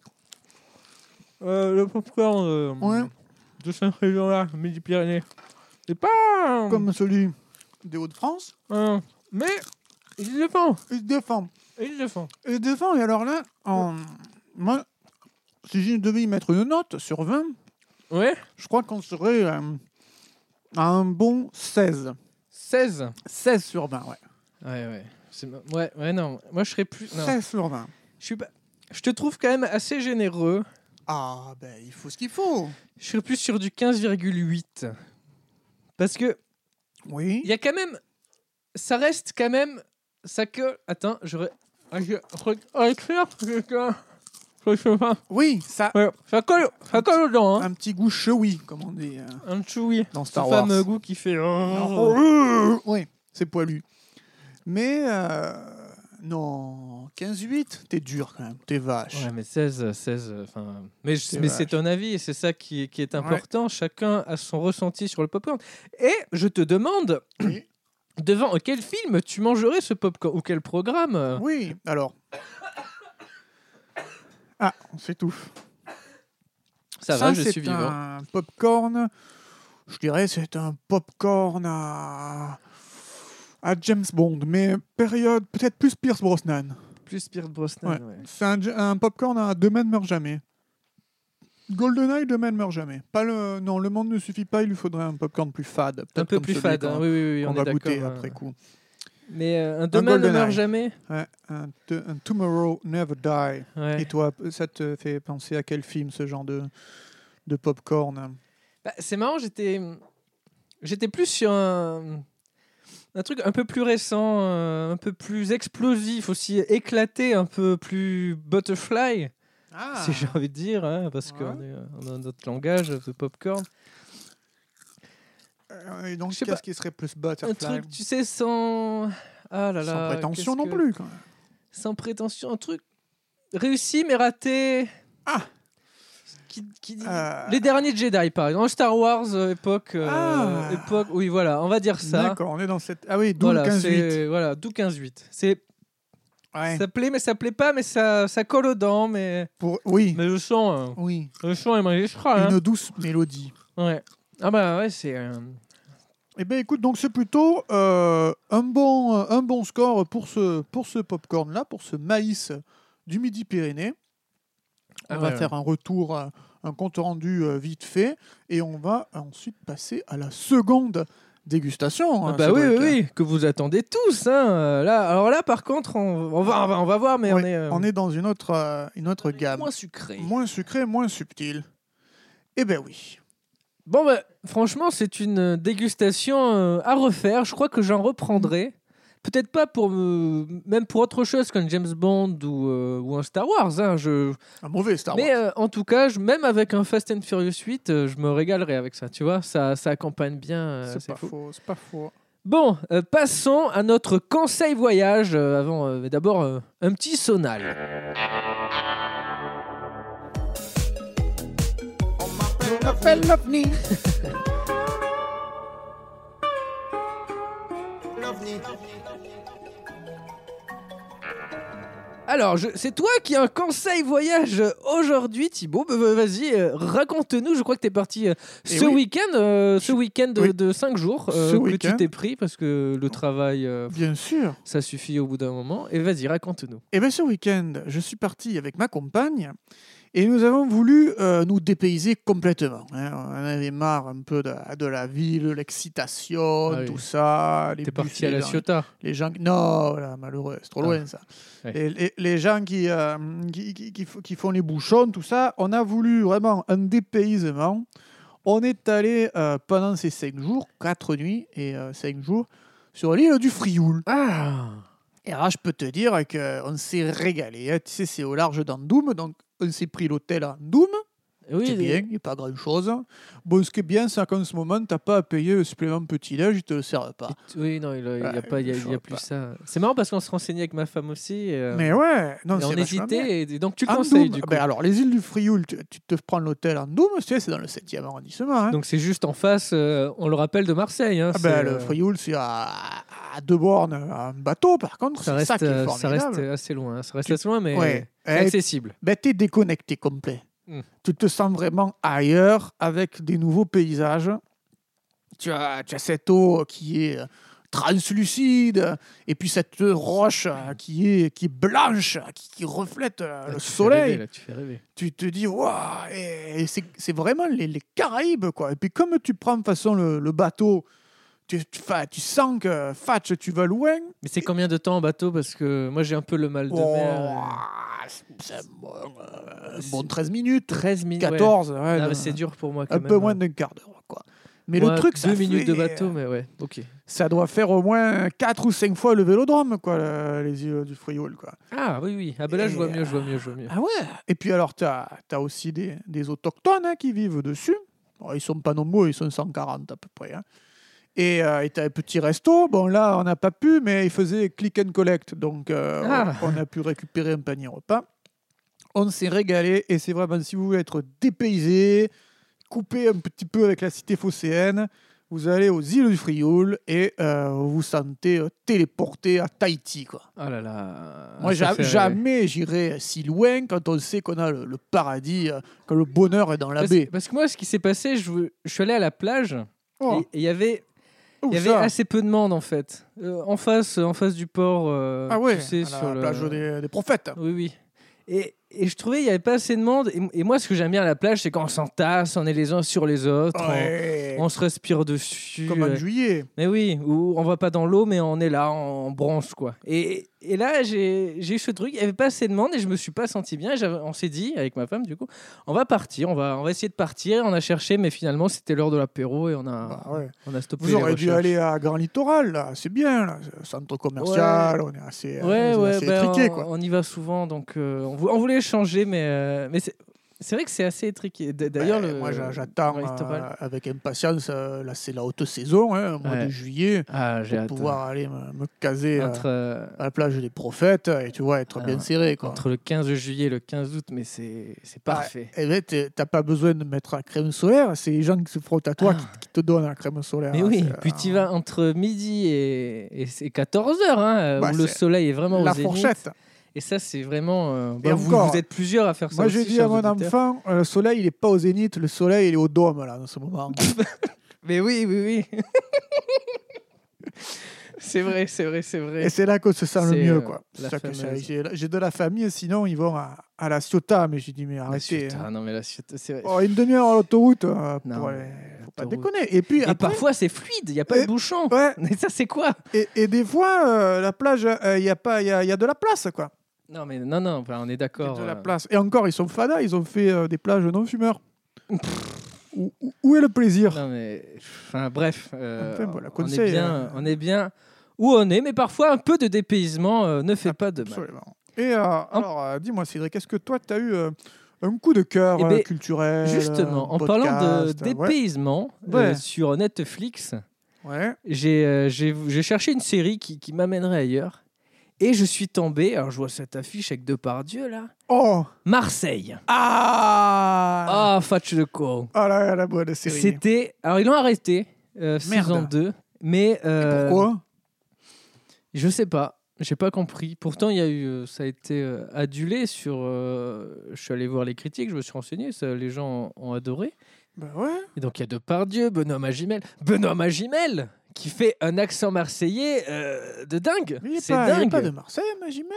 Speaker 2: euh, le popcorn euh,
Speaker 4: Ouais.
Speaker 2: de cette région-là, Midi-Pyrénées, c'est pas. euh,
Speaker 4: Comme celui des Hauts-de-France,
Speaker 2: euh, mais il se défend,
Speaker 4: il se défend.
Speaker 2: il se défend.
Speaker 4: Il se défend, et alors là, en- moi, si je devais y mettre une note sur 20,
Speaker 2: Ouais,
Speaker 4: je crois qu'on serait euh, à un bon 16.
Speaker 2: 16.
Speaker 4: 16 sur 20, ouais.
Speaker 2: Ouais, ouais. C'est ma- Ouais, ouais, non. Moi, je serais plus. non.
Speaker 4: 16 sur 20.
Speaker 2: Je suis pas- Je te trouve quand même assez généreux.
Speaker 4: Ah, ben, il faut ce qu'il faut.
Speaker 2: Je serais plus sur du 15,8. Parce que Il
Speaker 4: Oui.
Speaker 2: y a quand même. Ça reste quand même. Ça que. Attends, je. re- Ah, je... re- ah, écrire, je- je- je sais pas.
Speaker 4: Oui, ça hein.
Speaker 2: Ouais, ça colle, ça colle aux dents, hein.
Speaker 4: un petit goût chewy, comme on dit euh,
Speaker 2: Un chewy.
Speaker 4: dans
Speaker 2: Ce
Speaker 4: Star Wars.
Speaker 2: fameux goût qui fait. Oh.
Speaker 4: Non. Oui, c'est poilu. Mais euh, non, 15-8, t'es dur quand même, t'es vache.
Speaker 2: Ouais, mais 16, 16. Enfin, mais je-
Speaker 4: C'est
Speaker 2: mais c'est
Speaker 4: vache.
Speaker 2: ton avis et c'est ça qui, est- qui est important. Chacun a son ressenti sur le popcorn. Et je te demande.
Speaker 4: Oui.
Speaker 2: Devant quel film tu mangerais ce popcorn ou quel programme euh,
Speaker 4: Oui, alors. Ah, on s'étouffe.
Speaker 2: Ça va, je
Speaker 4: c'est
Speaker 2: suis vivant.
Speaker 4: un popcorn. Je dirais c'est un popcorn à à James Bond, mais période peut-être plus Pierce Brosnan.
Speaker 2: Plus Pierce Brosnan.
Speaker 4: Ouais. C'est un, un popcorn à Demain ne meurt jamais. GoldenEye, Demain ne meurt jamais. Pas le, non, le monde ne suffit pas, il lui faudrait un popcorn plus fade. peut-être
Speaker 2: Un peu
Speaker 4: comme
Speaker 2: plus
Speaker 4: celui
Speaker 2: fade.
Speaker 4: qu'on-
Speaker 2: hein, oui, oui, oui,
Speaker 4: qu'on
Speaker 2: on, est
Speaker 4: va
Speaker 2: d'accord.
Speaker 4: goûter
Speaker 2: hein.
Speaker 4: après coup.
Speaker 2: Mais euh, un demain ne
Speaker 4: Golden
Speaker 2: meurt
Speaker 4: Eye.
Speaker 2: jamais.
Speaker 4: Ouais, un, t- un Tomorrow Never Die.
Speaker 2: Ouais.
Speaker 4: Et toi, ça te fait penser à quel film ce genre de, de popcorn
Speaker 2: Bah, c'est marrant, j'étais, j'étais plus sur un, un truc un peu plus récent, euh, un peu plus explosif aussi, éclaté, un peu plus butterfly,
Speaker 4: ah.
Speaker 2: si j'ai envie de dire, hein, parce
Speaker 4: Ouais.
Speaker 2: qu'on est, euh, on a notre langage de popcorn.
Speaker 4: Euh, et donc,
Speaker 2: Je sais
Speaker 4: qu'est-ce qui serait plus
Speaker 2: Un
Speaker 4: Butterfly
Speaker 2: truc, tu sais, sans. Ah là
Speaker 4: Sans
Speaker 2: là,
Speaker 4: prétention
Speaker 2: qu'est-ce
Speaker 4: non
Speaker 2: que-
Speaker 4: plus. Quand même.
Speaker 2: Sans prétention, un truc réussi mais raté.
Speaker 4: Ah.
Speaker 2: Qui- qui-
Speaker 4: Euh.
Speaker 2: Les derniers Jedi, par exemple. Star Wars, euh, époque, euh,
Speaker 4: Ah.
Speaker 2: époque. Oui, voilà, on va dire ça.
Speaker 4: D'accord, on est dans cette. Ah oui, d'où
Speaker 2: Voilà,
Speaker 4: le 15-8.
Speaker 2: c'est- voilà, d'où 15-8. C'est
Speaker 4: Ouais,
Speaker 2: ça plaît, mais ça plaît pas, mais ça, ça colle aux dents, mais
Speaker 4: pour... Oui,
Speaker 2: mais le chant, euh,
Speaker 4: oui.
Speaker 2: le chant est magistral. hein.
Speaker 4: Une douce mélodie.
Speaker 2: Ouais. Ah bah ouais, c'est euh,
Speaker 4: Eh bien, écoute, donc c'est plutôt euh, un, bon, un bon score pour ce, pour ce popcorn-là, pour ce maïs du Midi-Pyrénées. On
Speaker 2: Ah
Speaker 4: va
Speaker 2: ouais,
Speaker 4: faire un retour, euh, un compte rendu euh, vite fait, et on va ensuite passer à la seconde dégustation.
Speaker 2: Ah
Speaker 4: hein,
Speaker 2: bah oui,
Speaker 4: Cédric.
Speaker 2: oui, oui, que vous attendez tous. hein, euh, Là, alors là, par contre, on, on va, on va, on va voir, mais
Speaker 4: Ouais,
Speaker 2: on est, euh,
Speaker 4: On est dans une autre, euh, une autre gamme,
Speaker 2: moins sucré.
Speaker 4: moins sucrée, moins subtile. Eh ben oui.
Speaker 2: Bon, bah, franchement, c'est une euh, dégustation euh, à refaire. Je crois que j'en reprendrai. Peut-être pas pour euh, même pour autre chose qu'un James Bond ou, euh, ou un Star Wars. hein, je...
Speaker 4: Un mauvais Star Wars.
Speaker 2: Mais euh, en tout cas, je- même avec un Fast and Furious 8, euh, je me régalerai avec ça. Tu vois, ça, ça accompagne bien. euh,
Speaker 4: c'est
Speaker 2: c'est
Speaker 4: pas
Speaker 2: fou.
Speaker 4: faux, c'est pas faux.
Speaker 2: Bon, euh, passons à notre conseil voyage. euh, avant, euh, mais d'abord, euh, un petit sonal.
Speaker 4: On appelle l'OVNI.
Speaker 2: Alors, je- c'est toi qui as un conseil voyage euh, aujourd'hui, Thibaut. Bah, bah, Vas-y, euh, raconte-nous. Je crois que t'es parti euh,
Speaker 4: Eh
Speaker 2: ce
Speaker 4: oui.
Speaker 2: week-end, euh, ce
Speaker 4: Je-
Speaker 2: week-end de-
Speaker 4: oui.
Speaker 2: de 5 jours euh,
Speaker 4: Ce
Speaker 2: que tu
Speaker 4: week-end.
Speaker 2: t'es pris parce que le travail, euh,
Speaker 4: Bien sûr.
Speaker 2: ça suffit au bout d'un moment. Et vas-y, raconte-nous.
Speaker 4: Eh bien, ce week-end, je suis parti avec ma compagne et nous avons voulu euh, nous dépayser complètement. hein. On en avait marre un peu de, de la ville, l'excitation,
Speaker 2: Ah oui.
Speaker 4: tout ça. les
Speaker 2: T'es
Speaker 4: bus,
Speaker 2: parti à
Speaker 4: les
Speaker 2: la
Speaker 4: gens-
Speaker 2: Ciotat.
Speaker 4: les gens qui- non voilà, malheureux c'est trop
Speaker 2: Ah.
Speaker 4: loin ça
Speaker 2: Ouais.
Speaker 4: les, les- les gens qui, euh, qui, qui- qui f- qui font les bouchons tout ça on a voulu vraiment un dépaysement on est allé euh, pendant ces cinq jours quatre nuits et euh, cinq jours sur l'île du Frioul
Speaker 2: Ah
Speaker 4: et là je peux te dire qu'on s'est régalé hein. tu sais c'est au large d'Andoum donc on s'est pris l'hôtel à Andoum
Speaker 2: Oui,
Speaker 4: c'est bien, il n'y a pas grand chose. Bon, ce qui est bien, c'est qu'en ce moment, tu n'as pas à payer le supplément petit-déj, ils ne te le servent pas.
Speaker 2: Et- Oui, non, il n'y a,
Speaker 4: ah. Ouais,
Speaker 2: pas, il y a-
Speaker 4: je
Speaker 2: il y a
Speaker 4: vois
Speaker 2: plus
Speaker 4: pas.
Speaker 2: ça. C'est marrant parce qu'on se renseignait avec ma femme aussi. euh,
Speaker 4: Mais ouais, non,
Speaker 2: et
Speaker 4: c'est
Speaker 2: on
Speaker 4: vachement bien.
Speaker 2: hésitait. Et, donc tu le
Speaker 4: Andoum.
Speaker 2: conseilles
Speaker 4: Ah
Speaker 2: du coup.
Speaker 4: ben alors, les îles du Frioul, tu, tu te prends l'hôtel Andoum, tu sais, c'est dans le 7e arrondissement. hein.
Speaker 2: donc c'est juste en face, euh, on le rappelle, de Marseille. hein,
Speaker 4: Ah ben,
Speaker 2: c'est,
Speaker 4: le
Speaker 2: euh,
Speaker 4: Frioul, c'est à, à deux bornes, à un bateau, par contre,
Speaker 2: ça
Speaker 4: c'est
Speaker 2: reste,
Speaker 4: ça qui est
Speaker 2: euh, ça
Speaker 4: formidable.
Speaker 2: reste assez loin. hein, Ça reste
Speaker 4: Tu-
Speaker 2: assez loin, mais
Speaker 4: Ouais.
Speaker 2: c'est
Speaker 4: Eh,
Speaker 2: accessible.
Speaker 4: ben, t'es déconnecté complet.
Speaker 2: Hmm.
Speaker 4: Tu te sens vraiment ailleurs avec des nouveaux paysages. Tu as, tu as cette eau qui est euh, translucide et puis cette roche euh, qui est, qui est blanche, qui, qui reflète euh, le
Speaker 2: Là, Ah, tu fais
Speaker 4: soleil.
Speaker 2: rêver, là, tu fais rêver.
Speaker 4: tu te dis, waouh, et- et c'est c'est vraiment les, les Caraïbes, quoi. Et puis, comme tu prends de toute façon le, le bateau, tu, tu, fa- tu sens que Fatch, tu vas loin.
Speaker 2: Mais c'est combien de temps en bateau Parce que moi j'ai un peu le mal de
Speaker 4: Oh,
Speaker 2: mer. euh,
Speaker 4: c'est un bon, euh, un bon 13 minutes,
Speaker 2: 13 minutes. ouais.
Speaker 4: 14, ouais,
Speaker 2: Ah, mais
Speaker 4: non,
Speaker 2: c'est dur pour moi quand
Speaker 4: un
Speaker 2: même. hein.
Speaker 4: peu moins
Speaker 2: de...
Speaker 4: d'un quart d'heure, quoi. Mais le truc, ça,
Speaker 2: Deux minutes de
Speaker 4: fait-
Speaker 2: bateau, mais ouais, ok.
Speaker 4: ça doit faire au moins 4 ou 5 fois le vélodrome, quoi, le- les îles du Frioul, quoi.
Speaker 2: Ah oui, oui. Ah ben là je
Speaker 4: Et,
Speaker 2: vois mieux, je vois mieux, je vois mieux.
Speaker 4: Ah ouais Et puis alors, tu as, aussi des, des autochtones hein, qui vivent dessus. Bon, ils sont pas nombreux, ils sont 140 à peu près. hein. Et euh, tu as un petit resto. Bon, là, on n'a pas pu, mais ils faisaient click and collect. Donc, euh,
Speaker 2: Ah.
Speaker 4: on a pu récupérer un panier repas. On s'est régalé. Et c'est vraiment, si vous voulez être dépaysé, coupé un petit peu avec la cité phocéenne, vous allez aux îles du Frioul et euh, vous vous sentez euh, téléporté à Tahiti, quoi.
Speaker 2: Ah là là.
Speaker 4: Moi,
Speaker 2: ça
Speaker 4: ja-
Speaker 2: fait rêver.
Speaker 4: jamais j'irai si loin quand on sait qu'on a le, le paradis, euh, que le bonheur est dans la
Speaker 2: Parce,
Speaker 4: baie.
Speaker 2: parce que moi, ce qui s'est passé, je, veux- je suis allé à la plage
Speaker 4: Oh,
Speaker 2: et et il y avait,
Speaker 4: où
Speaker 2: il y avait
Speaker 4: ça
Speaker 2: assez peu de monde en fait. Euh, en face, en face du port. euh,
Speaker 4: ah ouais,
Speaker 2: tu sais,
Speaker 4: à la
Speaker 2: sur le-
Speaker 4: plage des, des prophètes.
Speaker 2: Oui, oui. Et, et je trouvais il n'y avait pas assez de monde. Et, et moi, ce que j'aime bien à la plage, c'est quand on s'entasse, on est les uns sur les autres,
Speaker 4: Ouais,
Speaker 2: on, on se respire dessus.
Speaker 4: Comme en
Speaker 2: euh,
Speaker 4: juillet.
Speaker 2: mais oui, où on va pas dans l'eau, mais on est là, on bronze quoi. Et, et là, j'ai j'ai eu ce truc, il n'y avait pas assez de monde et je me suis pas senti bien. J'avais- On s'est dit, avec ma femme du coup, on va partir, on va, on va essayer de partir. On a cherché, mais finalement, c'était l'heure de l'apéro et on a,
Speaker 4: Bah ouais.
Speaker 2: Ah, on a stoppé.
Speaker 4: Vous
Speaker 2: les
Speaker 4: auriez dû
Speaker 2: recherches.
Speaker 4: aller à Grand Littoral, là. c'est bien, là. C'est un centre commercial, on est assez, euh,
Speaker 2: Ouais,
Speaker 4: on est
Speaker 2: ouais,
Speaker 4: assez
Speaker 2: ben,
Speaker 4: étriqué.
Speaker 2: on,
Speaker 4: Quoi.
Speaker 2: on y va souvent, donc euh, on, vou- on voulait changer, mais, euh, mais c'est- C'est vrai que c'est assez étriqué. D- D'ailleurs,
Speaker 4: Ben,
Speaker 2: le-
Speaker 4: moi j'a- j'attends
Speaker 2: le restaurant-
Speaker 4: euh, avec impatience. euh, là, c'est la haute saison, hein, au mois
Speaker 2: Ouais.
Speaker 4: de juillet,
Speaker 2: ah, j'ai
Speaker 4: pour
Speaker 2: hâte.
Speaker 4: pouvoir aller me, me caser euh,
Speaker 2: Entre, euh,
Speaker 4: à la plage des prophètes et tu vois être
Speaker 2: Ah,
Speaker 4: bien serré. Quoi.
Speaker 2: entre le 15 juillet et le 15 août, mais c'est c'est parfait.
Speaker 4: Eh ben, t'es- t'as pas besoin de mettre la crème solaire, c'est les gens qui se frottent à toi
Speaker 2: Ah.
Speaker 4: qui, qui te donnent la crème solaire.
Speaker 2: Mais
Speaker 4: hein,
Speaker 2: oui,
Speaker 4: c'est-
Speaker 2: puis tu vas entre midi et, et, 14h, hein,
Speaker 4: Bah,
Speaker 2: où le
Speaker 4: c'est
Speaker 2: soleil est vraiment
Speaker 4: la
Speaker 2: au zénith.
Speaker 4: fourchette.
Speaker 2: Et ça, c'est vraiment. euh,
Speaker 4: Et
Speaker 2: bah, vous,
Speaker 4: encore,
Speaker 2: vous êtes plusieurs à faire ça.
Speaker 4: Moi j'ai
Speaker 2: aussi,
Speaker 4: dit à
Speaker 2: chers
Speaker 4: mon
Speaker 2: auditeurs.
Speaker 4: enfant, euh, le soleil il est pas au zénith, le soleil il est au dôme là en ce moment.
Speaker 2: Mais oui, oui, oui. c'est vrai, c'est vrai, c'est vrai.
Speaker 4: et c'est là qu'on se sent le
Speaker 2: C'est, euh,
Speaker 4: mieux quoi.
Speaker 2: la
Speaker 4: C'est ça que
Speaker 2: fameuse-
Speaker 4: j'ai- J'ai j'ai de la famille, sinon ils vont à, à la Ciotat, mais j'ai dit mais
Speaker 2: La
Speaker 4: arrêtez.
Speaker 2: suite,
Speaker 4: hein.
Speaker 2: ah non, mais la suite, c'est vrai.
Speaker 4: Oh, une demi-heure à l'autoroute, euh,
Speaker 2: Non,
Speaker 4: pour
Speaker 2: mais
Speaker 4: aller- faut pas
Speaker 2: l'autoroute.
Speaker 4: déconner. Et puis
Speaker 2: et
Speaker 4: après,
Speaker 2: parfois, c'est fluide, il n'y a pas
Speaker 4: Et-
Speaker 2: de bouchon.
Speaker 4: ouais,
Speaker 2: Mais ça, c'est quoi
Speaker 4: et, et des fois euh, la plage, il y a pas, y a- y a de la place quoi.
Speaker 2: Non, mais non, non, bah, on est
Speaker 4: Il y a
Speaker 2: d'accord.
Speaker 4: de la
Speaker 2: euh,
Speaker 4: place. Et encore, ils sont fada, ils ont fait euh, des plages non fumeurs. où, où- où est le plaisir
Speaker 2: Non, mais. Enfin, bref. euh,
Speaker 4: Enfin, voilà,
Speaker 2: on,
Speaker 4: conseil,
Speaker 2: est bien,
Speaker 4: euh,
Speaker 2: on est bien où on est, mais parfois, un peu de dépaysement euh, ne fait pas de mal.
Speaker 4: Absolument. Et euh, alors, euh, dis-moi, Cédric, est-ce que toi, tu as eu euh, un coup de cœur
Speaker 2: Eh
Speaker 4: euh,
Speaker 2: ben,
Speaker 4: culturel
Speaker 2: Justement,
Speaker 4: euh,
Speaker 2: en parlant de
Speaker 4: podcast, euh, ouais.
Speaker 2: dépaysement
Speaker 4: Ouais.
Speaker 2: euh, sur Netflix,
Speaker 4: Ouais.
Speaker 2: j'ai euh, j'ai- j'ai cherché une série qui, qui m'amènerait ailleurs. Et je suis tombé, alors je vois cette affiche avec Depardieu là.
Speaker 4: Oh
Speaker 2: Marseille.
Speaker 4: Ah
Speaker 2: Ah, Fatch le con.
Speaker 4: Ah là là, la bonne série.
Speaker 2: C'était. Alors ils l'ont arrêté, euh,
Speaker 4: Merde.
Speaker 2: saison 2. Mais. euh,
Speaker 4: Pourquoi
Speaker 2: Je sais pas. J'ai pas compris. Pourtant, il y a eu, euh, ça a été euh, adulé sur. euh, je suis allé voir les critiques, je me suis renseigné, ça, les gens ont, ont adoré.
Speaker 4: Ben ouais.
Speaker 2: Et donc il y a Depardieu, Benoît Magimel, Benoît Magimel qui fait un accent marseillais euh, de dingue.
Speaker 4: Mais il est
Speaker 2: C'est
Speaker 4: pas, il est
Speaker 2: dingue.
Speaker 4: pas de Marseille, Magimel.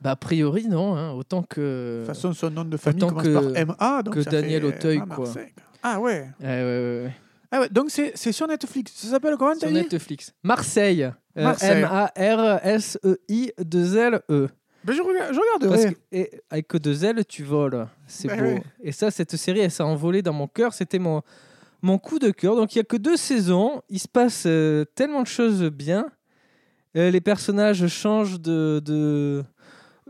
Speaker 2: Bah, a priori non, hein, autant que.
Speaker 4: De toute façon, son nom de famille
Speaker 2: autant
Speaker 4: commence
Speaker 2: que-
Speaker 4: par MA. Donc
Speaker 2: que
Speaker 4: ça
Speaker 2: Daniel
Speaker 4: fait, euh,
Speaker 2: Auteuil,
Speaker 4: ah,
Speaker 2: quoi.
Speaker 4: Marseille. Ah ouais.
Speaker 2: Ouais, euh, ouais, ouais, ouais.
Speaker 4: Ah ouais, donc c'est c'est sur Netflix. Ça s'appelle comment t'as
Speaker 2: Sur
Speaker 4: dit
Speaker 2: Netflix. Marseille. Euh,
Speaker 4: bah, Marseille.
Speaker 2: M-A-R-S-E-I 2 E L E.
Speaker 4: Ben, je regarde, je
Speaker 2: Parce
Speaker 4: regarderai.
Speaker 2: que, et avec que deux ailes, tu voles. C'est
Speaker 4: Ben
Speaker 2: beau.
Speaker 4: oui.
Speaker 2: Et ça, cette série, elle s'est envolée dans mon cœur. C'était mon, mon coup de cœur. Donc, il n'y a que deux saisons. Il se passe euh, tellement de choses bien. Euh, les personnages changent de, de.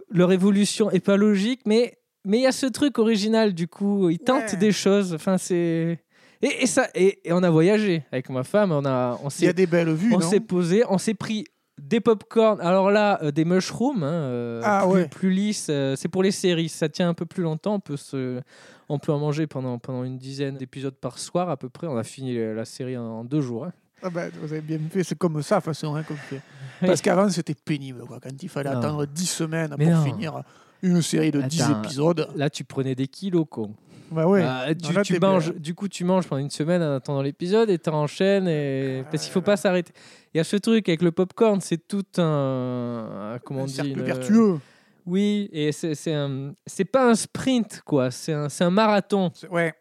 Speaker 2: Leur évolution est pas logique, mais mais il y a ce truc original, du coup. Ils tentent
Speaker 4: Ouais.
Speaker 2: des choses. Enfin, c'est. Et, et ça, et, et on a voyagé avec ma femme. On, a,
Speaker 4: Il
Speaker 2: on
Speaker 4: y
Speaker 2: s'est
Speaker 4: a des belles vues,
Speaker 2: on
Speaker 4: non
Speaker 2: s'est posé, on s'est pris des popcorn. Alors là, euh, des mushrooms, hein, euh,
Speaker 4: Ah
Speaker 2: plus,
Speaker 4: ouais.
Speaker 2: plus lisses. euh, c'est pour les séries, ça tient un peu plus longtemps. On peut, se, on peut en manger pendant, pendant une dizaine d'épisodes par soir à peu près. On a fini la la série en, en deux jours. hein.
Speaker 4: Ah ben, vous avez bien fait, c'est comme ça, de toute façon, hein, comme fait.
Speaker 2: Oui.
Speaker 4: Parce qu'avant, c'était pénible, quoi. Quand il fallait
Speaker 2: Non.
Speaker 4: attendre 10 semaines
Speaker 2: Mais
Speaker 4: pour
Speaker 2: non.
Speaker 4: finir une série de 10
Speaker 2: Attends.
Speaker 4: épisodes.
Speaker 2: Là, tu prenais des kilos, con.
Speaker 4: Bah ouais.
Speaker 2: Bah, tu,
Speaker 4: Non, là,
Speaker 2: tu
Speaker 4: t'es bien.
Speaker 2: manges, du coup, tu manges pendant une semaine en attendant l'épisode et t'enchaînes.
Speaker 4: Ah.
Speaker 2: Et... Parce qu'il faut pas s'arrêter. Il y a ce truc avec le popcorn, c'est tout un. Comment
Speaker 4: un
Speaker 2: on dit
Speaker 4: cercle
Speaker 2: une-
Speaker 4: vertueux.
Speaker 2: Oui, et c'est c'est un- c'est pas un sprint, quoi. C'est un, c'est un marathon.
Speaker 4: C'est- Ouais.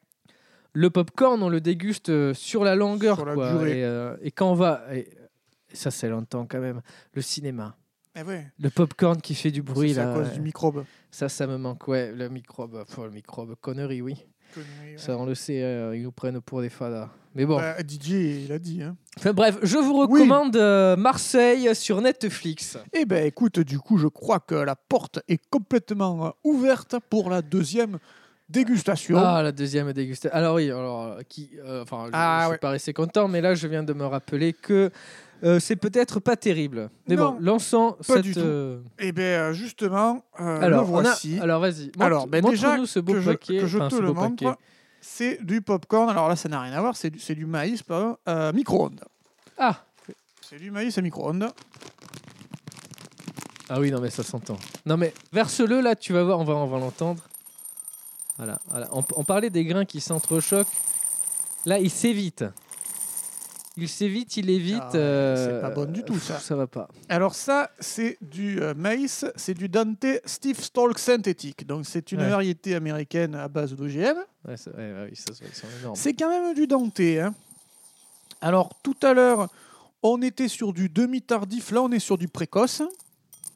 Speaker 2: Le popcorn, on le déguste euh, sur la longueur,
Speaker 4: Sur la
Speaker 2: quoi.
Speaker 4: durée.
Speaker 2: Et, euh, et quand on va. et ça, c'est longtemps quand même. Le cinéma.
Speaker 4: Eh ouais.
Speaker 2: Le popcorn qui fait du bruit,
Speaker 4: c'est à
Speaker 2: là.
Speaker 4: cause
Speaker 2: ouais.
Speaker 4: du microbe.
Speaker 2: Ça, ça me manque. Ouais, le microbe. euh, Enfin, le microbe, connerie, oui.
Speaker 4: Que- ouais.
Speaker 2: Ça, on le sait, euh, ils nous prennent pour des fadas. Mais bon.
Speaker 4: Bah, Didier, il a dit. Hein.
Speaker 2: Enfin, bref, je vous
Speaker 4: Oui.
Speaker 2: recommande euh, Marseille sur Netflix.
Speaker 4: Eh ben, écoute, du coup, je crois que la porte est complètement euh, ouverte pour la deuxième dégustation.
Speaker 2: Ah, la deuxième dégustation. Alors oui, alors euh, qui, euh, enfin, je,
Speaker 4: Ah,
Speaker 2: je
Speaker 4: ouais.
Speaker 2: paraissais content, mais là, je viens de me rappeler que euh, c'est peut-être pas terrible. Mais
Speaker 4: Non,
Speaker 2: bon, lançons
Speaker 4: pas
Speaker 2: cette.
Speaker 4: du tout.
Speaker 2: euh,
Speaker 4: Eh ben, euh, justement, euh,
Speaker 2: Alors,
Speaker 4: le
Speaker 2: on a-
Speaker 4: voici.
Speaker 2: alors vas-y.
Speaker 4: Alors, ben, déjà,
Speaker 2: nous ce beau
Speaker 4: que je,
Speaker 2: paquet.
Speaker 4: que je
Speaker 2: enfin,
Speaker 4: te
Speaker 2: ce
Speaker 4: le
Speaker 2: beau
Speaker 4: montre,
Speaker 2: paquet.
Speaker 4: c'est du popcorn. Alors là, ça n'a rien à voir, c'est du, c'est du maïs, pardon, euh, micro-ondes.
Speaker 2: Ah,
Speaker 4: C'est du maïs à micro-ondes.
Speaker 2: ah oui, non mais ça s'entend. Non mais verse-le là, tu vas voir, on va, on va l'entendre. Voilà, voilà. On, on parlait des grains qui s'entrechoquent. Là, il s'évite. Il s'évite, il évite.
Speaker 4: Ah ouais, c'est pas bon du tout,
Speaker 2: pff,
Speaker 4: ça.
Speaker 2: Ça va pas.
Speaker 4: Alors ça, c'est du euh, maïs, c'est du Dante Steve Stalk synthétique. Donc c'est une
Speaker 2: Ouais.
Speaker 4: variété américaine à base d'OGM.
Speaker 2: Ouais, ça- ouais, ouais, oui, ça, ça- ils sont énormes.
Speaker 4: C'est quand même du Dante. hein. Alors tout à l'heure, on était sur du demi-tardif, là on est sur du précoce.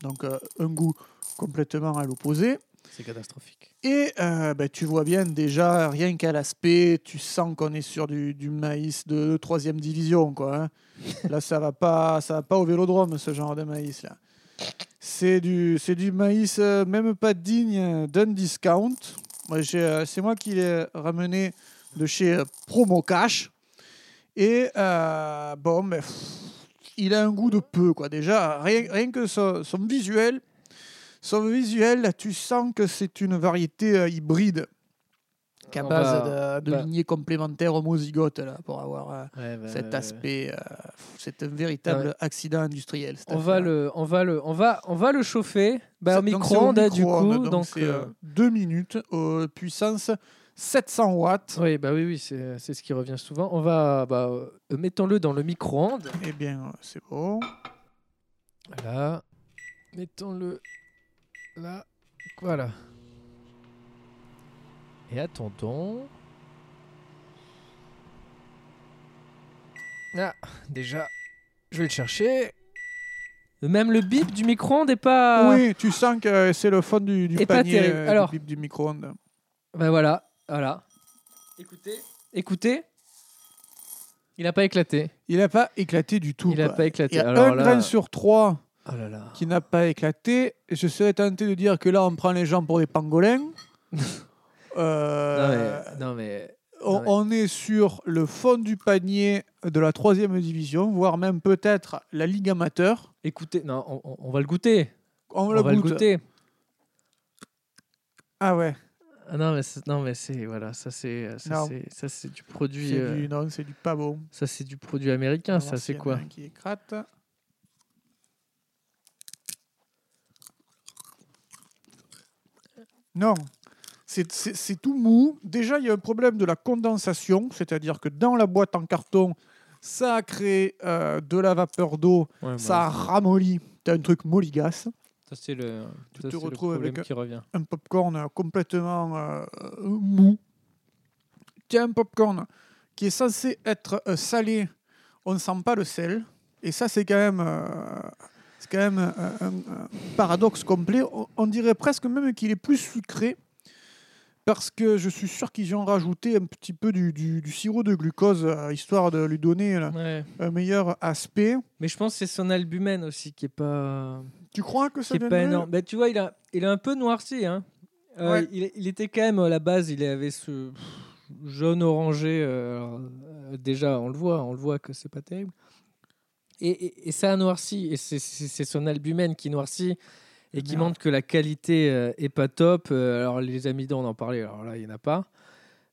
Speaker 4: Donc euh, un goût complètement à l'opposé.
Speaker 2: C'est catastrophique.
Speaker 4: Et euh, ben, tu vois bien déjà, rien qu'à l'aspect, tu sens qu'on est sur du, du maïs de, de troisième division. Quoi, hein. Là, ça va pas, ça va pas au vélodrome, ce genre de maïs. là. C'est du, c'est du maïs euh, même pas digne d'un discount. Moi, j'ai, euh, c'est moi qui l'ai ramené de chez euh, Promo Cash. Et euh, bon, mais, pff, il a un goût de peu, quoi. Déjà, rien, rien que son, son visuel, son visuel, tu sens que c'est une variété euh, hybride qu'à
Speaker 2: On
Speaker 4: base
Speaker 2: va-
Speaker 4: de, de
Speaker 2: bah.
Speaker 4: lignées complémentaires homozygotes, là, pour avoir euh,
Speaker 2: Ouais, bah,
Speaker 4: cet
Speaker 2: ouais.
Speaker 4: aspect. euh, pff, c'est un véritable accident industriel. cette
Speaker 2: On va,
Speaker 4: affaire.
Speaker 2: le, on, va le, on, va, on va le chauffer bah,
Speaker 4: C'est-
Speaker 2: au
Speaker 4: donc c'est
Speaker 2: micro-ondes, hein, du
Speaker 4: micro-ondes,
Speaker 2: coup. Donc,
Speaker 4: c'est
Speaker 2: euh,
Speaker 4: 2 minutes, euh, puissance 700 watts.
Speaker 2: Oui, bah oui, oui c'est c'est ce qui revient souvent. On va, bah, euh, mettons-le dans le micro-ondes.
Speaker 4: Eh bien, euh, c'est bon.
Speaker 2: Là, mettons-le là, voilà. Et attendons. Ah, déjà, je vais le chercher. Même le bip du micro-ondes n'est pas.
Speaker 4: Oui, tu sens que c'est le fond du, du
Speaker 2: Ah. Et pas
Speaker 4: panier
Speaker 2: terrible.
Speaker 4: euh, du
Speaker 2: Alors.
Speaker 4: bip du, micro-ondes.
Speaker 2: Ben voilà, voilà. Écoutez, écoutez. Il n'a pas éclaté.
Speaker 4: Il n'a pas éclaté du tout.
Speaker 2: Il n'a
Speaker 4: quoi.
Speaker 2: pas éclaté.
Speaker 4: Il y a
Speaker 2: Alors
Speaker 4: un
Speaker 2: là-
Speaker 4: grain sur trois
Speaker 2: Oh là là.
Speaker 4: qui n'a pas éclaté. Je serais tenté de dire que là, on prend les gens pour des pangolins.
Speaker 2: Non
Speaker 4: Euh,
Speaker 2: mais, non mais,
Speaker 4: on,
Speaker 2: Ah ouais.
Speaker 4: on est sur le fond du panier de la troisième division, voire même peut-être la Ligue amateur.
Speaker 2: écoutez, non, on, on- on va le goûter.
Speaker 4: On,
Speaker 2: On,
Speaker 4: le
Speaker 2: va
Speaker 4: goûte.
Speaker 2: le goûter.
Speaker 4: Ah ouais,
Speaker 2: Ah non, mais c'est, non, mais c'est voilà, ça c'est euh, ça
Speaker 4: Non.
Speaker 2: c'est ça c'est du produit
Speaker 4: c'est
Speaker 2: euh,
Speaker 4: du, non, c'est du pas bon.
Speaker 2: ça c'est du produit américain,
Speaker 4: On va
Speaker 2: ça
Speaker 4: voir
Speaker 2: c'est
Speaker 4: s'il y en a
Speaker 2: quoi
Speaker 4: un qui écrate. Non, c'est- c'est c'est tout mou. Déjà, il y a un problème de la condensation, c'est-à-dire que dans la boîte en carton, ça a créé euh, de la vapeur d'eau,
Speaker 2: Ouais,
Speaker 4: ça a ramolli. T'as un truc molligasse,
Speaker 2: ça c'est le
Speaker 4: Tu
Speaker 2: ça,
Speaker 4: te
Speaker 2: c'est le
Speaker 4: retrouves
Speaker 2: problème
Speaker 4: avec un-
Speaker 2: qui revient.
Speaker 4: un popcorn complètement euh, mou. T'as un popcorn qui est censé être euh, salé, on ne sent pas le sel. Et ça, c'est quand même, euh, c'est quand même euh, un, un paradoxe complet. On, on dirait presque même qu'il est plus sucré, parce que je suis sûr qu'ils y ont rajouté un petit peu du, du- du sirop de glucose, euh, histoire de lui donner euh,
Speaker 2: Ouais.
Speaker 4: un meilleur aspect.
Speaker 2: Mais je pense que c'est son albumène aussi qui est pas
Speaker 4: Tu crois que ça
Speaker 2: qui est
Speaker 4: vient
Speaker 2: pas
Speaker 4: de lui
Speaker 2: énorme. Bah, tu vois, il a il a un peu noirci hein. Euh,
Speaker 4: Ouais.
Speaker 2: il, il était quand même à la base, il avait ce pff, jaune orangé. euh, alors, euh, déjà, on le voit, on le voit que c'est pas terrible. Et, et- et ça a noirci, et c'est- c'est c'est son albumène qui noircit et qui
Speaker 4: Merde.
Speaker 2: montre que la qualité euh, est pas top. Euh, alors les amidons, on en parlait. Alors là, il y en a pas.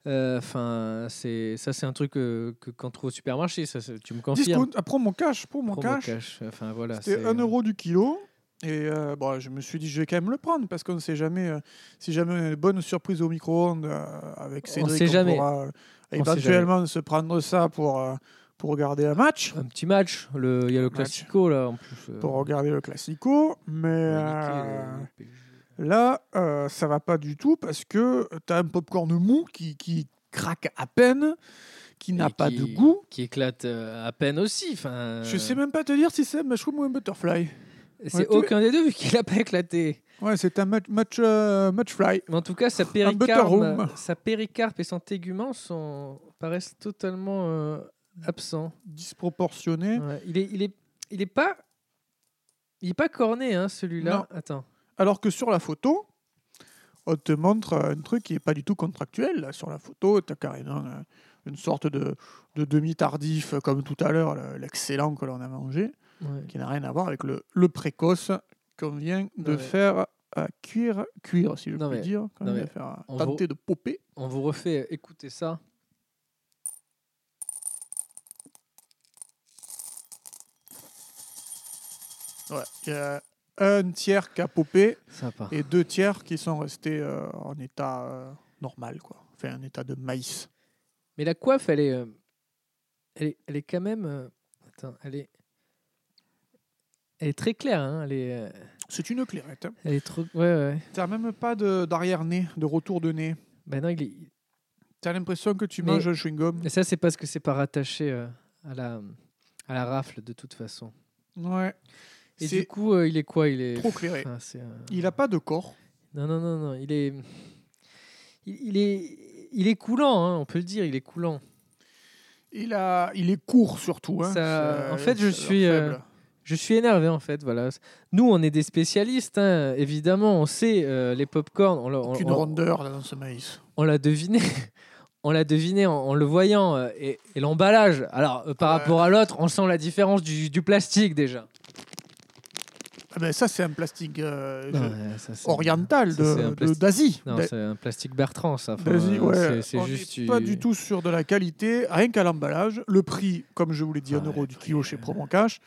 Speaker 2: Euh, Enfin, c'est ça, c'est un truc euh, que qu'on trouve au supermarché. Ça, c'est- tu me confirmes.
Speaker 4: Discount, après mon cash, pour mon
Speaker 2: Promo
Speaker 4: cash.
Speaker 2: cash. Enfin voilà.
Speaker 4: C'était
Speaker 2: c'est- euh,
Speaker 4: 1 euro du kilo. Et euh, bon, je me suis dit, je vais quand même le prendre parce qu'on ne sait jamais euh, si jamais une bonne surprise au micro-ondes euh, avec
Speaker 2: On
Speaker 4: Cédric.
Speaker 2: sait jamais.
Speaker 4: pourra, euh,
Speaker 2: On sait
Speaker 4: éventuellement se prendre ça pour, euh, pour regarder un match,
Speaker 2: Un petit match. Le- Il y a le
Speaker 4: Match.
Speaker 2: classico là en plus. euh,
Speaker 4: pour regarder le Classico. Mais
Speaker 2: on a niqué
Speaker 4: euh,
Speaker 2: le- le PSG.
Speaker 4: là, euh, ça va pas du tout parce que tu as un popcorn mou qui, qui craque à peine, qui n'a
Speaker 2: Et
Speaker 4: pas
Speaker 2: qui- Euh.
Speaker 4: de goût.
Speaker 2: Qui éclate euh, à peine aussi. Enfin, euh,
Speaker 4: Je sais même pas te dire si c'est un mushroom ou un butterfly.
Speaker 2: C'est
Speaker 4: Ouais, tu-
Speaker 2: aucun des deux vu qu'il n'a pas éclaté.
Speaker 4: Ouais, c'est un match, match, euh, match fly.
Speaker 2: Mais en tout cas, sa
Speaker 4: butterroom.
Speaker 2: péricarpe, sa péricarpe et son tégument sont, paraissent totalement euh, absents.
Speaker 4: Disproportionné.
Speaker 2: Ouais, Il, est, il, est, il est pas. Il est pas corné, hein, celui-là. Attends.
Speaker 4: Alors que sur la photo, on te montre euh, un truc qui n'est pas du tout contractuel. là. Sur la photo, tu as carrément euh, une sorte de, de demi-tardif, euh, comme tout à l'heure, le- l'excellent que l'on a mangé,
Speaker 2: Ouais.
Speaker 4: qui n'a rien à voir avec le, le précoce qu'on vient de
Speaker 2: Non, mais-
Speaker 4: faire euh, cuire, cuire, si je
Speaker 2: Non,
Speaker 4: puis
Speaker 2: mais-
Speaker 4: dire, qu'on
Speaker 2: non,
Speaker 4: vient
Speaker 2: mais
Speaker 4: de faire euh,
Speaker 2: on va-
Speaker 4: tenter de popper.
Speaker 2: On vous refait écouter ça.
Speaker 4: Ouais. Il y a un tiers qui a popé
Speaker 2: Sympa.
Speaker 4: et deux tiers qui sont restés euh, en état euh, normal, quoi. Enfin, un état de maïs.
Speaker 2: Mais la coiffe, elle est, euh, elle est, elle est quand même. euh, Attends, elle est. Elle est très claire, hein, Elle est, euh,
Speaker 4: C'est une clairette. Hein.
Speaker 2: elle est trop. Ouais, ouais.
Speaker 4: T'as même pas de- d'arrière-nez, de retour de nez.
Speaker 2: Ben non, il est,
Speaker 4: T'as l'impression que tu
Speaker 2: Mais-
Speaker 4: manges un chewing-gum.
Speaker 2: Et ça, c'est parce que c'est pas rattaché euh, à, la, à la rafle de toute façon.
Speaker 4: Ouais.
Speaker 2: Et
Speaker 4: C'est
Speaker 2: du coup, euh, il est quoi Il est.
Speaker 4: trop clairé.
Speaker 2: Enfin, c'est un-
Speaker 4: Il a pas de corps.
Speaker 2: Non, non, non, non. Il est. Il, il est. Il est coulant, hein, on peut le dire, il est coulant.
Speaker 4: Il, a... il est court surtout. hein.
Speaker 2: Ça-
Speaker 4: C'est-
Speaker 2: en fait,
Speaker 4: c'est
Speaker 2: je
Speaker 4: leur
Speaker 2: suis, euh,
Speaker 4: faible.
Speaker 2: Je suis énervé en fait, voilà. Nous, on est des spécialistes, hein, évidemment, on sait euh, les popcorn, on, l'a- on-
Speaker 4: Aucune
Speaker 2: on-
Speaker 4: rondeur là, dans ce maïs.
Speaker 2: on l'a deviné, on l'a deviné en, en le voyant euh, et, et l'emballage. Alors, euh, par
Speaker 4: Ouais.
Speaker 2: rapport à l'autre, on sent la différence du, du plastique déjà.
Speaker 4: Ah ben, ça, c'est un plastique euh, je-
Speaker 2: Ouais, ça, c'est-
Speaker 4: oriental
Speaker 2: ça, c'est un
Speaker 4: de- de-
Speaker 2: plastique.
Speaker 4: d'Asie.
Speaker 2: Non,
Speaker 4: D'a-
Speaker 2: c'est un plastique Bertrand, ça. Enfin,
Speaker 4: d'Asie,
Speaker 2: euh,
Speaker 4: ouais.
Speaker 2: c'est- c'est
Speaker 4: On n'est
Speaker 2: juste.
Speaker 4: pas
Speaker 2: tu-
Speaker 4: du tout sur de la qualité, rien qu'à l'emballage. Le prix, comme je vous l'ai dit,
Speaker 2: Ah,
Speaker 4: en euros
Speaker 2: le
Speaker 4: du
Speaker 2: prix,
Speaker 4: kilo
Speaker 2: euh.
Speaker 4: chez Provencache.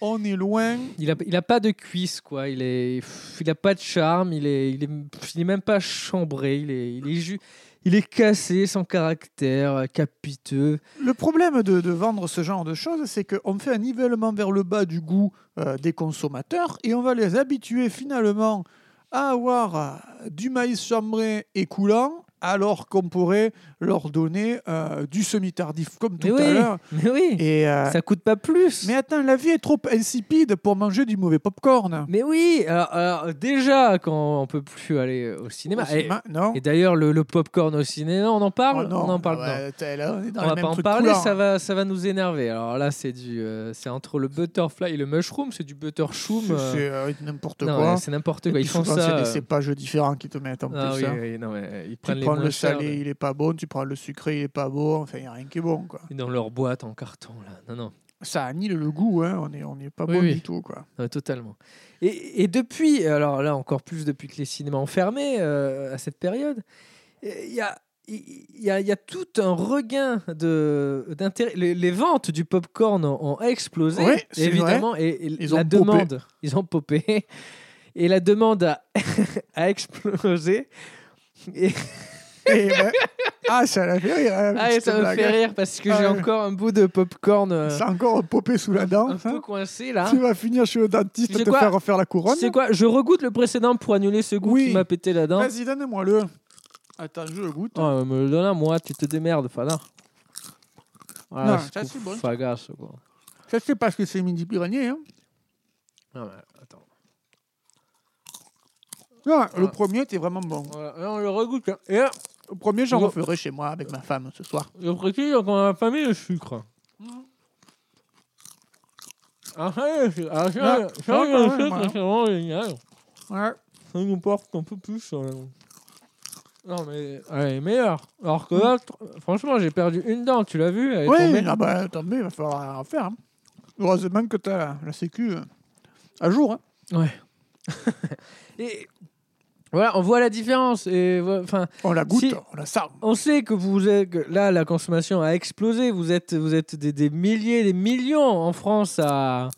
Speaker 4: On est loin.
Speaker 2: Il a, il a pas de cuisse, quoi. Il est, pff, il a pas de charme. Il est, il est, pff, il est même pas chambré. Il est, il est ju- il est cassé, sans caractère, euh, capiteux.
Speaker 4: Le problème de, de vendre ce genre de choses, c'est qu'on fait un nivellement vers le bas du goût euh, des consommateurs et on va les habituer finalement à avoir euh, du maïs chambré et coulant alors qu'on pourrait leur donner euh, du semi-tardif comme tout
Speaker 2: Mais
Speaker 4: à
Speaker 2: oui.
Speaker 4: l'heure.
Speaker 2: Mais oui,
Speaker 4: Et, euh,
Speaker 2: ça coûte pas plus.
Speaker 4: Mais attends, la vie est trop insipide pour manger du mauvais popcorn.
Speaker 2: Mais oui, alors, alors, déjà quand on peut plus aller au cinéma.
Speaker 4: Au cinéma, non.
Speaker 2: bah, Et, et d'ailleurs le, le popcorn au cinéma, on en parle,
Speaker 4: Oh non,
Speaker 2: on en parle.
Speaker 4: ah
Speaker 2: non.
Speaker 4: ouais, t'es là, on est dans
Speaker 2: On
Speaker 4: les
Speaker 2: va
Speaker 4: mêmes
Speaker 2: pas en
Speaker 4: trucs
Speaker 2: parler,
Speaker 4: coulants.
Speaker 2: ça va, ça va nous énerver. Alors là, c'est du, euh, c'est entre le butterfly et le mushroom, c'est du butterschoum.
Speaker 4: C'est
Speaker 2: euh,
Speaker 4: c'est, euh, n'importe
Speaker 2: non,
Speaker 4: quoi.
Speaker 2: mais c'est n'importe
Speaker 4: Et
Speaker 2: quoi.
Speaker 4: puis
Speaker 2: Ils font
Speaker 4: souvent,
Speaker 2: ça.
Speaker 4: C'est des
Speaker 2: euh,
Speaker 4: cépages différents qui te mettent en
Speaker 2: ah
Speaker 4: plus.
Speaker 2: oui,
Speaker 4: hein.
Speaker 2: oui, non, mais ils
Speaker 4: Tu
Speaker 2: prennent les
Speaker 4: prends
Speaker 2: moins
Speaker 4: le
Speaker 2: chers,
Speaker 4: salé, il est pas bon. Tu prends le sucré, il est pas bon. Enfin, il n'y a rien qui est bon. Quoi.
Speaker 2: là, dans leur boîte en carton là. Non, non.
Speaker 4: Ça annule le goût. Hein. On n'est on est pas
Speaker 2: Oui,
Speaker 4: bon
Speaker 2: oui.
Speaker 4: du tout. Quoi.
Speaker 2: Non, mais totalement. Et, et depuis, alors là encore plus depuis que les cinémas ont fermé euh, à cette période, euh, il y a, il y, a, il y a tout un regain de- d'intérêt. Les, les ventes du popcorn ont, ont explosé,
Speaker 4: Ouais, c'est
Speaker 2: évidemment, et, et
Speaker 4: Ils
Speaker 2: la
Speaker 4: ont popé.
Speaker 2: demande, ils ont popé, et la demande a, a explosé. Et,
Speaker 4: Et, Eh ouais. Ah, ça l'a fait rire. hein, la
Speaker 2: ah, et
Speaker 4: petite
Speaker 2: ça me
Speaker 4: blague,
Speaker 2: fait
Speaker 4: hein.
Speaker 2: rire parce que
Speaker 4: Ah
Speaker 2: j'ai
Speaker 4: ouais.
Speaker 2: encore un bout de popcorn euh,
Speaker 4: Ça a encore popé sous la dent.
Speaker 2: un peu
Speaker 4: hein.
Speaker 2: coincé là.
Speaker 4: Tu vas finir chez le dentiste
Speaker 2: Tu sais
Speaker 4: te
Speaker 2: quoi
Speaker 4: faire refaire la couronne.
Speaker 2: C'est quoi Je regoute le précédent pour annuler ce goût
Speaker 4: Oui.
Speaker 2: qui m'a pété la dent.
Speaker 4: Vas-y, donne-moi le. Attends, je le goûte.
Speaker 2: Oh, me le donne à moi, tu te démerdes, Fada. Voilà,
Speaker 4: Non, ça,
Speaker 2: tout
Speaker 4: c'est bon.
Speaker 2: fagasse, quoi.
Speaker 4: Ça, c'est parce que c'est midi pyrénées. Hein.
Speaker 2: Non, mais attends.
Speaker 4: Non,
Speaker 2: Ah.
Speaker 4: le premier, t'es vraiment bon.
Speaker 2: Voilà, là, on le regoute. hein. Et là,
Speaker 4: Le premier, j'en
Speaker 2: Non.
Speaker 4: referai chez moi avec ma femme ce soir.
Speaker 2: je précise qu'on a pas mis le sucre. Ah, ça, le sucre. Ah, ça,
Speaker 4: Ouais,
Speaker 2: ça,
Speaker 4: ouais,
Speaker 2: le
Speaker 4: ouais,
Speaker 2: sucre,
Speaker 4: ouais.
Speaker 2: c'est vraiment génial.
Speaker 4: Ouais.
Speaker 2: Ça nous porte un peu plus. euh, Non, mais elle est meilleure. Alors que l'autre, franchement, j'ai perdu une dent, tu l'as vu Elle est
Speaker 4: Oui,
Speaker 2: tombée.
Speaker 4: ah bah, attends, mais il va falloir en faire. hein. Heureusement que t'as la, la sécu euh, à jour. hein.
Speaker 2: Et voilà, on voit la différence. Et voilà, enfin,
Speaker 4: On la goûte,
Speaker 2: Si.
Speaker 4: on la sent.
Speaker 2: On sait que vous êtes, que là la consommation a explosé. Vous êtes vous êtes des, des milliers, des millions en France à,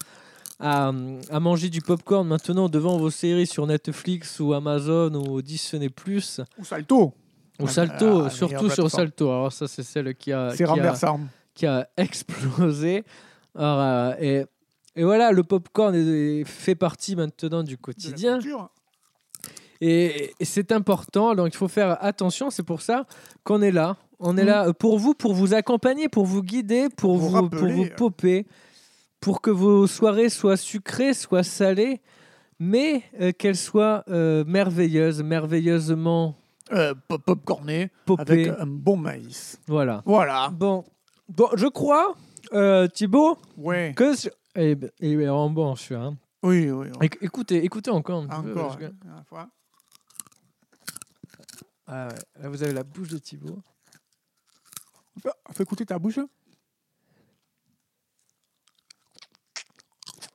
Speaker 2: à à manger du popcorn maintenant devant vos séries sur Netflix ou Amazon ou Disney Plus
Speaker 4: Ou salto,
Speaker 2: ou
Speaker 4: Ah,
Speaker 2: Salto,
Speaker 4: la
Speaker 2: surtout
Speaker 4: meilleure
Speaker 2: sur
Speaker 4: plateforme.
Speaker 2: Salto. Alors ça c'est celle qui a qui
Speaker 4: c'est
Speaker 2: a,
Speaker 4: renversant.
Speaker 2: qui a explosé. Alors, euh, et et voilà, le popcorn est- est- fait partie maintenant du
Speaker 4: De la
Speaker 2: quotidien.
Speaker 4: culture.
Speaker 2: Et, et c'est important, donc il faut faire attention. C'est pour ça qu'on est là. On est là pour vous, pour vous accompagner, pour vous guider, pour
Speaker 4: Mm. Vous
Speaker 2: vous, pour
Speaker 4: rappeler,
Speaker 2: vous
Speaker 4: euh.
Speaker 2: popper, pour que vos soirées soient sucrées, soient salées, mais euh, qu'elles soient euh, merveilleuses, merveilleusement
Speaker 4: Euh, pop popcorné avec euh,
Speaker 2: popées.
Speaker 4: un bon maïs.
Speaker 2: Voilà.
Speaker 4: Voilà.
Speaker 2: Bon. bon, je crois, euh, Thibaut,
Speaker 4: Ouais.
Speaker 2: que. ce- Eh ben, Il est vraiment bon, je suis. Hein.
Speaker 4: Oui, oui. oui.
Speaker 2: Éc- Écoutez, écoutez encore. un petit peu,
Speaker 4: Encore.
Speaker 2: parce que-
Speaker 4: hein, à la fois.
Speaker 2: Ah ouais, là, vous avez la bouche de Thibaut.
Speaker 4: Ah, Fais écouter ta bouche.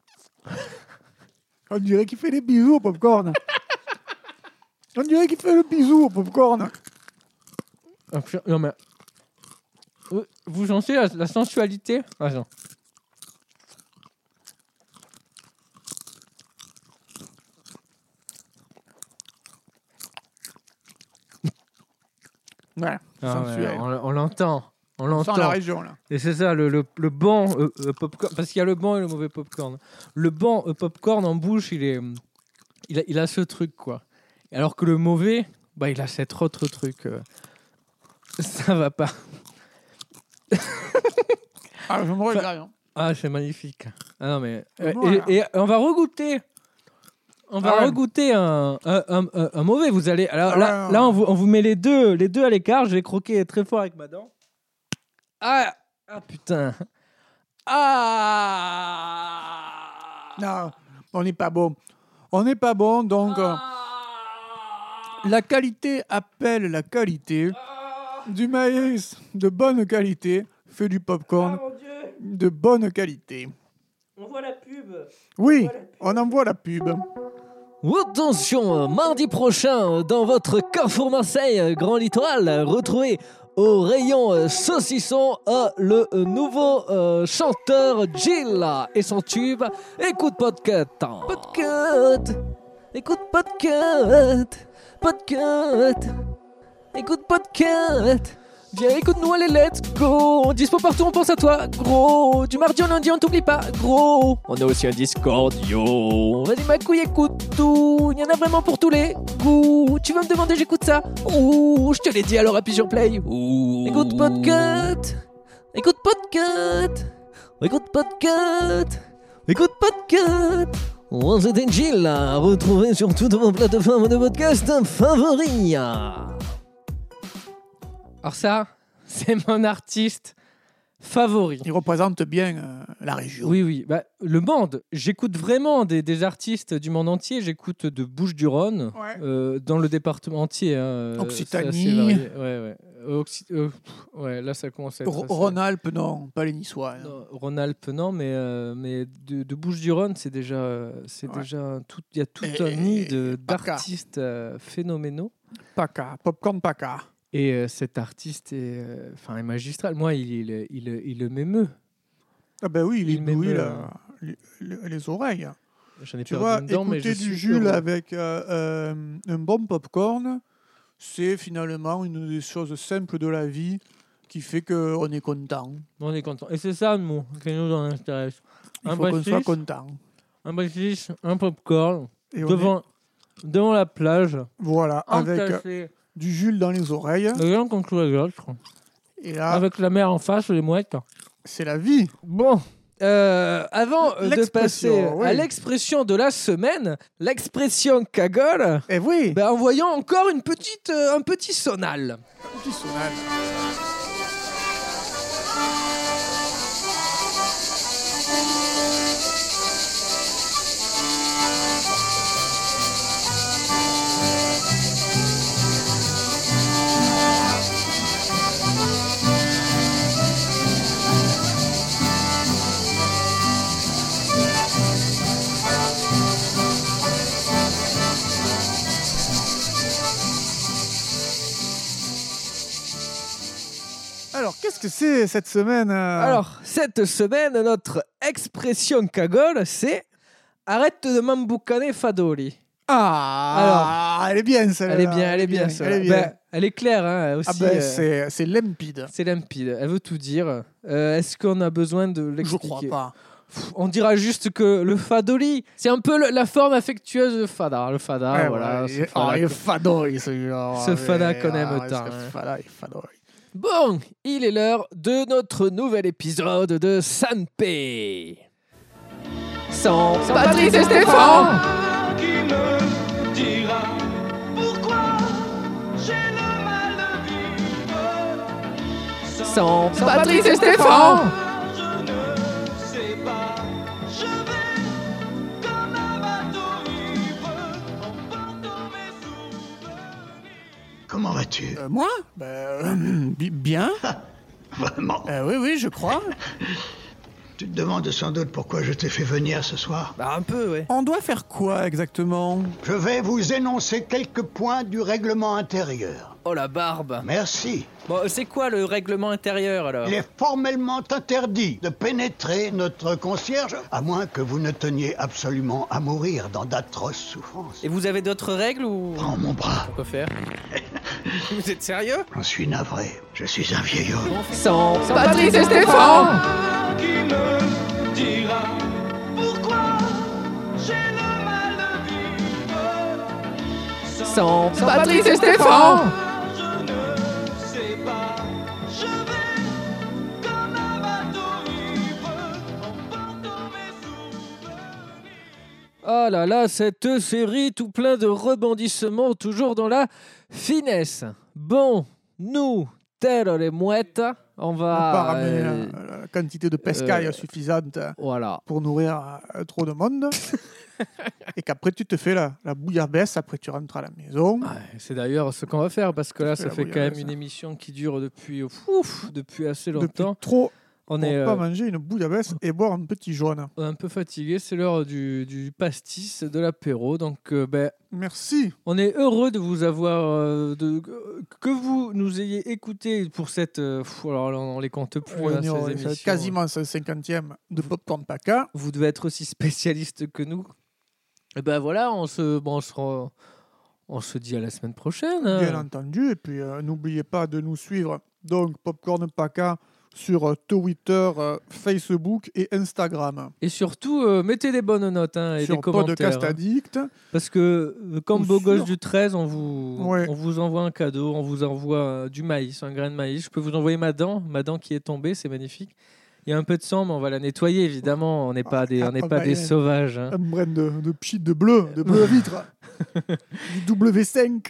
Speaker 4: On dirait qu'il fait des bisous au popcorn. On dirait qu'il fait le bisou au popcorn.
Speaker 2: Ah, putain, non, mais. Euh, Vous sentez la, la sensualité Attends.
Speaker 4: Ouais,
Speaker 2: Ah ouais,
Speaker 4: sensuel.
Speaker 2: on on l'entend. On
Speaker 4: on sent la
Speaker 2: l'entend.
Speaker 4: région là.
Speaker 2: Et c'est ça, le, le- le bon euh, euh, popcorn. Parce qu'il y a le bon et le mauvais popcorn. Le bon euh, popcorn en bouche, il, est, hum, il, a, il a ce truc, quoi. Alors que le mauvais, bah, il a cet autre truc. euh. Ça va pas.
Speaker 4: Ah, je me regarde. hein.
Speaker 2: Ah, c'est magnifique. Ah non, mais. euh,
Speaker 4: Voilà.
Speaker 2: et, et on va regoûter. On va
Speaker 4: Ah ouais.
Speaker 2: regoûter un, un, un- un- un mauvais. Vous allez. Alors
Speaker 4: Ah
Speaker 2: là,
Speaker 4: ouais, ouais,
Speaker 2: là
Speaker 4: ouais.
Speaker 2: on, vous, on vous met les deux, les deux à l'écart. Je vais croquer très fort avec ma dent. Ah, ah putain. Ah.
Speaker 4: Non, on n'est pas bon. On n'est pas bon, donc euh, la qualité appelle la qualité. Du maïs de bonne qualité fait du popcorn
Speaker 6: mon dieu,
Speaker 4: de bonne qualité.
Speaker 6: on voit la pub.
Speaker 4: Oui, on envoie la pub.
Speaker 2: Attention, euh, mardi prochain, euh, dans votre Carrefour Marseille, euh, Grand Littoral, euh, retrouvez au rayon euh, saucisson euh, le euh, nouveau euh, chanteur Jill et son tube Écoute Podcast. Podcast Écoute Podcast Podcast Écoute Podcast Viens, écoute-nous, allez, let's go Dispo partout, on pense à toi, gros Du mardi au lundi, on t'oublie pas, gros On a aussi un Discord, yo Vas-y, ma couille, écoute tout Il y en a vraiment pour tous les goûts Tu vas me demander, j'écoute ça Ouh, je te l'ai dit, alors appuie sur play Ouh Écoute podcast Écoute podcast Écoute podcast Écoute podcast On se Jill, retrouvé sur toutes vos plateformes de podcast favoris alors ça, c'est mon artiste favori.
Speaker 4: Il représente bien euh, la région.
Speaker 2: Oui, oui, bah, le monde. J'écoute vraiment des, des artistes du monde entier. J'écoute de Bouches-du-Rhône,
Speaker 4: Ouais.
Speaker 2: euh, dans le département entier. hein. Euh,
Speaker 4: Occitanie.
Speaker 2: c'est assez varié. Ouais, ouais. Occi- euh, pff, ouais, là, ça commence à être...
Speaker 4: Ro-
Speaker 2: assez-
Speaker 4: Rhône-Alpes, non, pas les Niçois. hein.
Speaker 2: Non, Rhône-Alpes, non, mais, euh, mais de, de Bouches-du-Rhône, c'est déjà... euh, c'est
Speaker 4: Ouais.
Speaker 2: déjà un tout, il y a tout
Speaker 4: Et-
Speaker 2: un
Speaker 4: et-
Speaker 2: nid
Speaker 4: et-
Speaker 2: de-
Speaker 4: pas qu'à.
Speaker 2: d'artistes euh, phénoménaux.
Speaker 4: Paca, popcorn Paca.
Speaker 2: Et euh, cet artiste est, euh, enfin, est magistral. Moi, il, il, il, il m'émeut.
Speaker 4: Ah ben oui, il
Speaker 2: Il
Speaker 4: éblouit
Speaker 2: m'émeut,
Speaker 4: la-
Speaker 2: euh,
Speaker 4: les, les- les oreilles.
Speaker 2: J'en ai
Speaker 4: Tu
Speaker 2: perdu
Speaker 4: vois,
Speaker 2: une dent, mais je
Speaker 4: écouter
Speaker 2: suis
Speaker 4: du Jules
Speaker 2: heureux.
Speaker 4: avec euh, euh, un bon popcorn, c'est finalement une des choses simples de la vie qui fait qu'on est content.
Speaker 2: On est content. Et c'est ça le mot qui nous en intéresse.
Speaker 4: Il
Speaker 2: Un
Speaker 4: faut qu'on soit
Speaker 2: bassiste.
Speaker 4: content.
Speaker 2: Un bassiste, un popcorn,
Speaker 4: Et on est-
Speaker 2: devant, devant la plage,
Speaker 4: Voilà, avec euh,
Speaker 2: entassé
Speaker 4: du Jules dans les oreilles.
Speaker 2: les gens contre les autres,
Speaker 4: Et là,
Speaker 2: avec la mer en face, les mouettes.
Speaker 4: c'est la vie.
Speaker 2: Bon, euh, avant euh, de passer
Speaker 4: L'expression, oui.
Speaker 2: à l'expression de la semaine, l'expression cagole,
Speaker 4: Eh oui
Speaker 2: ben, en voyant encore une petite, euh, un petit sonal.
Speaker 4: Petit sonal. Alors, qu'est-ce que c'est cette semaine euh,
Speaker 2: Alors, cette semaine, notre expression cagole, c'est arrête de m'emboucaner fadoli.
Speaker 4: Ah Elle est bien celle-là.
Speaker 2: Elle est bien, elle est bien,
Speaker 4: Elle
Speaker 2: celle-là.
Speaker 4: est
Speaker 2: Ben, Elle est,
Speaker 4: bien.
Speaker 2: claire, hein, aussi.
Speaker 4: Ah ben,
Speaker 2: euh,
Speaker 4: c'est- c'est limpide.
Speaker 2: c'est limpide. Elle veut tout dire. Euh, Est-ce qu'on a besoin de
Speaker 4: Je
Speaker 2: l'expliquer
Speaker 4: crois pas.
Speaker 2: Pff, On dira juste que le fadoli, c'est un peu le- la forme affectueuse de fada. Le fada,
Speaker 4: Ouais,
Speaker 2: voilà.
Speaker 4: ouais,
Speaker 2: ce
Speaker 4: il est-
Speaker 2: fada
Speaker 4: ah, il est
Speaker 2: que-
Speaker 4: fadoï, celui-là.
Speaker 2: Ce
Speaker 4: Ah,
Speaker 2: fada
Speaker 4: mais-
Speaker 2: qu'on aime
Speaker 4: ah,
Speaker 2: tant,
Speaker 4: ce
Speaker 2: hein.
Speaker 4: fada, il est fadoï.
Speaker 2: Bon, il est l'heure de notre nouvel épisode de Sanpei. Sans, Sans Patrice et Stéphane
Speaker 1: qui me dira pourquoi j'ai le mal de vivre
Speaker 2: Sans Patrice et Stéphane
Speaker 1: Je ne sais pas, je vais comme un bateau ivre, emportant mes souvenirs.
Speaker 7: Comment vas-tu
Speaker 4: Euh, moi Ben, euh, bi- Bien
Speaker 7: Vraiment
Speaker 4: Euh, Oui, oui, je crois.
Speaker 7: Tu te demandes sans doute pourquoi je t'ai fait venir ce soir.
Speaker 2: Bah un peu, ouais.
Speaker 4: On doit faire quoi exactement
Speaker 7: Je vais vous énoncer quelques points du règlement intérieur.
Speaker 2: Oh la barbe
Speaker 7: Merci.
Speaker 2: Bon, euh, c'est quoi le règlement intérieur alors
Speaker 7: Il est formellement interdit de pénétrer notre concierge, à moins que vous ne teniez absolument à mourir dans d'atroces souffrances.
Speaker 2: Et vous avez d'autres règles ou
Speaker 7: Prends mon bras,
Speaker 2: Quoi faire Vous êtes sérieux
Speaker 7: j'en suis navré. Je suis un vieil homme.
Speaker 2: Sans, Patrice et Stéphane
Speaker 1: Qui me dira pourquoi j'ai le mal de vivre
Speaker 2: Sans Patrice et Stéphane
Speaker 1: Je ne sais pas, je vais comme un bateau ivre, emportant mes souvenirs.
Speaker 2: Oh là là, cette série tout plein de rebondissements, toujours dans la finesse. Bon, nous, tels les mouettes, On
Speaker 4: On va
Speaker 2: va.
Speaker 4: ramener la-
Speaker 2: euh,
Speaker 4: la, quantité de pescaille
Speaker 2: euh,
Speaker 4: suffisante
Speaker 2: Voilà.
Speaker 4: pour nourrir euh, trop de monde. et qu'après, tu te fais la, la bouillabaisse, après, tu rentres à la maison.
Speaker 2: Ouais, C'est d'ailleurs ce qu'on va faire parce que là,
Speaker 4: fais
Speaker 2: ça
Speaker 4: la
Speaker 2: fait quand
Speaker 4: bouillabaisse,
Speaker 2: même
Speaker 4: hein.
Speaker 2: une émission qui dure depuis, ouf, depuis assez
Speaker 4: Depuis
Speaker 2: longtemps.
Speaker 4: trop
Speaker 2: On
Speaker 4: pour
Speaker 2: est
Speaker 4: pas
Speaker 2: euh,
Speaker 4: manger une bouillabaisse et boire un petit jaune.
Speaker 2: un peu fatigué, c'est l'heure du, du pastis, de l'apéro. Donc, euh, ben,
Speaker 4: Merci.
Speaker 2: on est heureux de vous avoir, euh, de, que vous nous ayez écouté pour cette. euh, pff, alors, là, on les compte plus,
Speaker 4: On
Speaker 2: hein,
Speaker 4: est
Speaker 2: ces
Speaker 4: au-
Speaker 2: émissions. hein.
Speaker 4: quasiment ce 50e de Popcorn Paca.
Speaker 2: Vous devez être aussi spécialiste que nous. Et ben voilà, on se, bon, on se, rend- on se dit à la semaine prochaine. hein.
Speaker 4: Bien entendu. Et puis, euh, n'oubliez pas de nous suivre. Donc, Popcorn Paca sur euh, Twitter, euh, Facebook et Instagram.
Speaker 2: Et surtout, euh, mettez des bonnes notes hein, et
Speaker 4: sur
Speaker 2: des commentaires.
Speaker 4: Podcast
Speaker 2: hein.
Speaker 4: Addict.
Speaker 2: Parce que, euh, comme
Speaker 4: Ou
Speaker 2: beau gosse
Speaker 4: sur-
Speaker 2: du 13, on vous,
Speaker 4: Ouais.
Speaker 2: on vous envoie un cadeau, on vous envoie euh, du maïs, un grain de maïs. Je peux vous envoyer ma dent, ma dent qui est tombée, c'est magnifique. Il y a un peu de sang, mais on va la nettoyer, évidemment. On n'est pas des, on n'est
Speaker 4: Ah,
Speaker 2: pas
Speaker 4: bah,
Speaker 2: des
Speaker 4: euh,
Speaker 2: sauvages. hein.
Speaker 4: Un brin de, de pchit de bleu, de bleu vitre. du W5.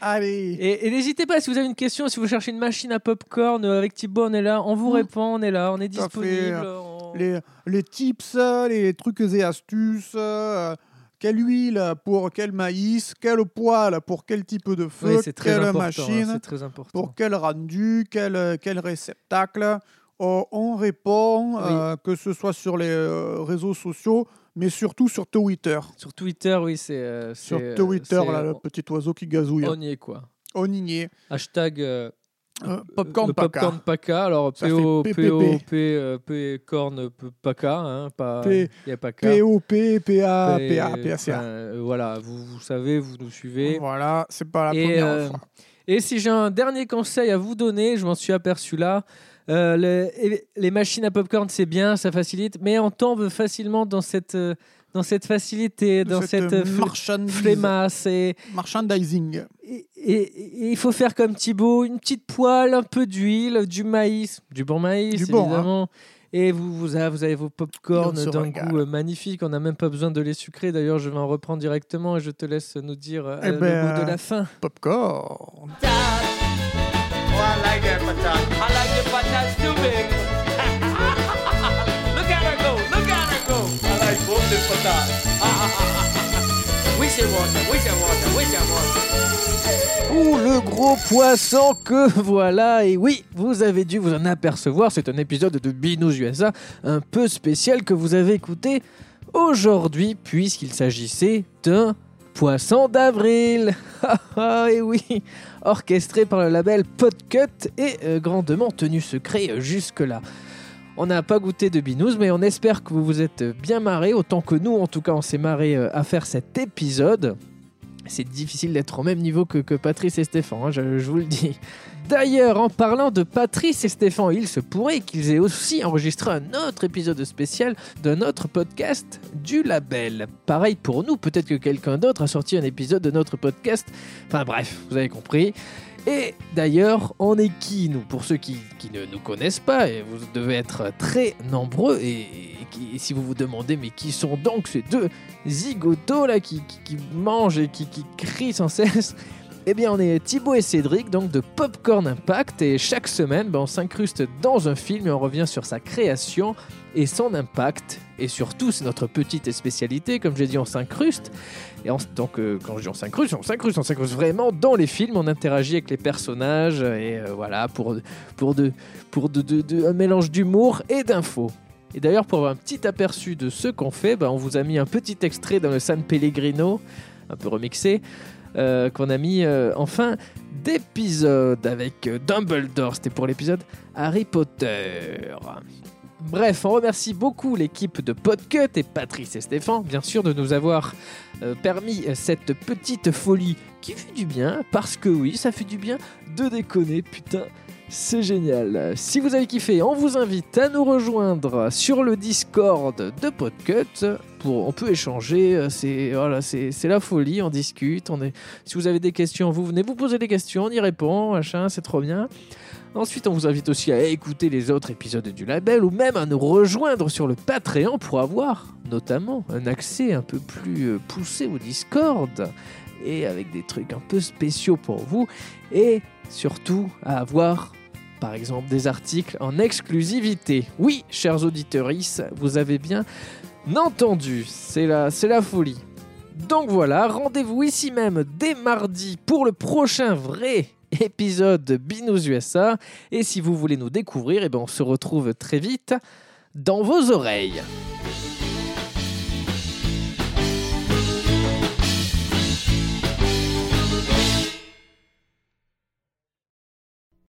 Speaker 4: Allez.
Speaker 2: Et, et n'hésitez pas, si vous avez une question, si vous cherchez une machine à popcorn, euh, avec Thibaut, on est là, on vous répond, on est là, on est
Speaker 4: Mmh. Tout à fait.
Speaker 2: disponible. on-
Speaker 4: Les, les tips, euh, les trucs et astuces. euh, Quelle huile pour quel maïs, quel poêle pour quel type de
Speaker 2: Ouais,
Speaker 4: feu,
Speaker 2: c'est très
Speaker 4: quelle
Speaker 2: important. hein,
Speaker 4: machine,
Speaker 2: c'est très important.
Speaker 4: pour quel rendu, quel, quel réceptacle. Euh, on répond,
Speaker 2: Oui.
Speaker 4: euh, que ce soit sur les euh, réseaux sociaux, mais surtout sur Twitter.
Speaker 2: Sur Twitter, oui, c'est. euh,
Speaker 4: Sur
Speaker 2: c'est, euh,
Speaker 4: Twitter,
Speaker 2: c'est-
Speaker 4: là, le petit oiseau qui gazouille.
Speaker 2: On y est, quoi.
Speaker 4: On y est.
Speaker 2: Hashtag. euh,
Speaker 4: Euh, popcorn
Speaker 2: le
Speaker 4: Paca.
Speaker 2: Popcorn Paca. Alors,
Speaker 4: Ça fait
Speaker 2: P-O,
Speaker 4: PPP.
Speaker 2: P-O, P, euh, P, corn, P- Paca. Hein, pas,
Speaker 4: P-
Speaker 2: il y a Paca.
Speaker 4: P-O-P-P-A,
Speaker 2: P-
Speaker 4: P-A, P-A-C-A.
Speaker 2: enfin, euh, voilà, vous, vous savez, vous nous suivez.
Speaker 4: Voilà, c'est pas la
Speaker 2: Et,
Speaker 4: première
Speaker 2: euh,
Speaker 4: fois.
Speaker 2: Et si j'ai un dernier conseil à vous donner, je m'en suis aperçu là. euh, le- et les machines à popcorn, c'est bien, ça facilite, mais on tombe facilement dans cette, euh, dans cette facilité, dans cette, euh, fl-
Speaker 4: marchandise-
Speaker 2: flémasse. Et,
Speaker 4: merchandising.
Speaker 2: et- et- et il faut faire comme Thibaut, une petite poêle, un peu d'huile, du maïs, du bon maïs,
Speaker 4: Du bon, hein.
Speaker 2: évidemment. Et vous, vous, avez, vous avez vos popcorn
Speaker 4: Et on se
Speaker 2: d'un
Speaker 4: régale.
Speaker 2: goût euh, magnifique. On n'a même pas besoin de les sucrer. D'ailleurs, je vais en reprendre directement et je te laisse nous dire euh,
Speaker 4: Eh
Speaker 2: le
Speaker 4: ben,
Speaker 2: goût de la fin.
Speaker 4: Popcorn.
Speaker 1: I like the patatas too big. look at her go, look at her go. I like both the patatas. we should water, we should water, we should water.
Speaker 2: Ouh, le gros poisson que voilà Et oui, vous avez dû vous en apercevoir, c'est un épisode de Binous USA un peu spécial que vous avez écouté aujourd'hui puisqu'il s'agissait d'un poisson d'avril Ah, Et oui Orchestré par le label Podcut et euh, grandement tenu secret euh, jusque-là. On n'a pas goûté de binous, mais on espère que vous vous êtes bien marrés, autant que nous, en tout cas, on s'est marrés euh, à faire cet épisode. C'est difficile d'être au même niveau que, que Patrice et Stéphane, hein, je, je vous le dis. D'ailleurs, en parlant de Patrice et Stéphane, il se pourrait qu'ils aient aussi enregistré un autre épisode spécial d'un autre podcast du label. Pareil pour nous, peut-être que quelqu'un d'autre a sorti un épisode de notre podcast. Enfin bref, vous avez compris. Et d'ailleurs, on est qui, nous Pour ceux qui, qui ne nous connaissent pas, et vous devez être très nombreux, et, et qui- et si vous vous demandez, mais qui sont donc ces deux zigotos là qui, qui, qui mangent et qui, qui crient sans cesse eh bien, on est Thibaut et Cédric, donc de Popcorn Impact, et chaque semaine, ben, on s'incruste dans un film et on revient sur sa création et son impact. Et surtout, c'est notre petite spécialité, comme j'ai dit, on s'incruste. Et on- donc, euh, quand je dis on s'incruste, on s'incruste, on s'incruste vraiment dans les films, on interagit avec les personnages, et euh, voilà, pour, pour, de, pour de, de- de- un mélange d'humour et d'infos. Et d'ailleurs, pour avoir un petit aperçu de ce qu'on fait, ben, on vous a mis un petit extrait dans le San Pellegrino, un peu remixé, euh, qu'on a mis euh, en fin d'épisode avec euh, Dumbledore. C'était pour l'épisode Harry Potter. Bref, on remercie beaucoup l'équipe de Podcut et Patrice et Stéphane, bien sûr, de nous avoir euh, permis cette petite folie qui fait du bien, parce que oui, ça fait du bien de déconner, putain. C'est génial. Si vous avez kiffé, on vous invite à nous rejoindre sur le Discord de Podcut. Pour, on peut échanger, euh, c'est voilà, c'est c'est la folie, on discute. On est, si vous avez des questions, vous venez vous poser des questions, on y répond, machin, c'est trop bien. Ensuite, on vous invite aussi à écouter les autres épisodes du label ou même à nous rejoindre sur le Patreon pour avoir notamment un accès un peu plus euh, poussé au Discord et avec des trucs un peu spéciaux pour vous et surtout à avoir Par exemple, des articles en exclusivité. Oui, chers auditeurs, vous avez bien entendu. C'est la, c'est la folie. Donc voilà, rendez-vous ici même dès mardi pour le prochain vrai épisode de Binous USA. Et si vous voulez nous découvrir, eh ben on se retrouve très vite dans vos oreilles.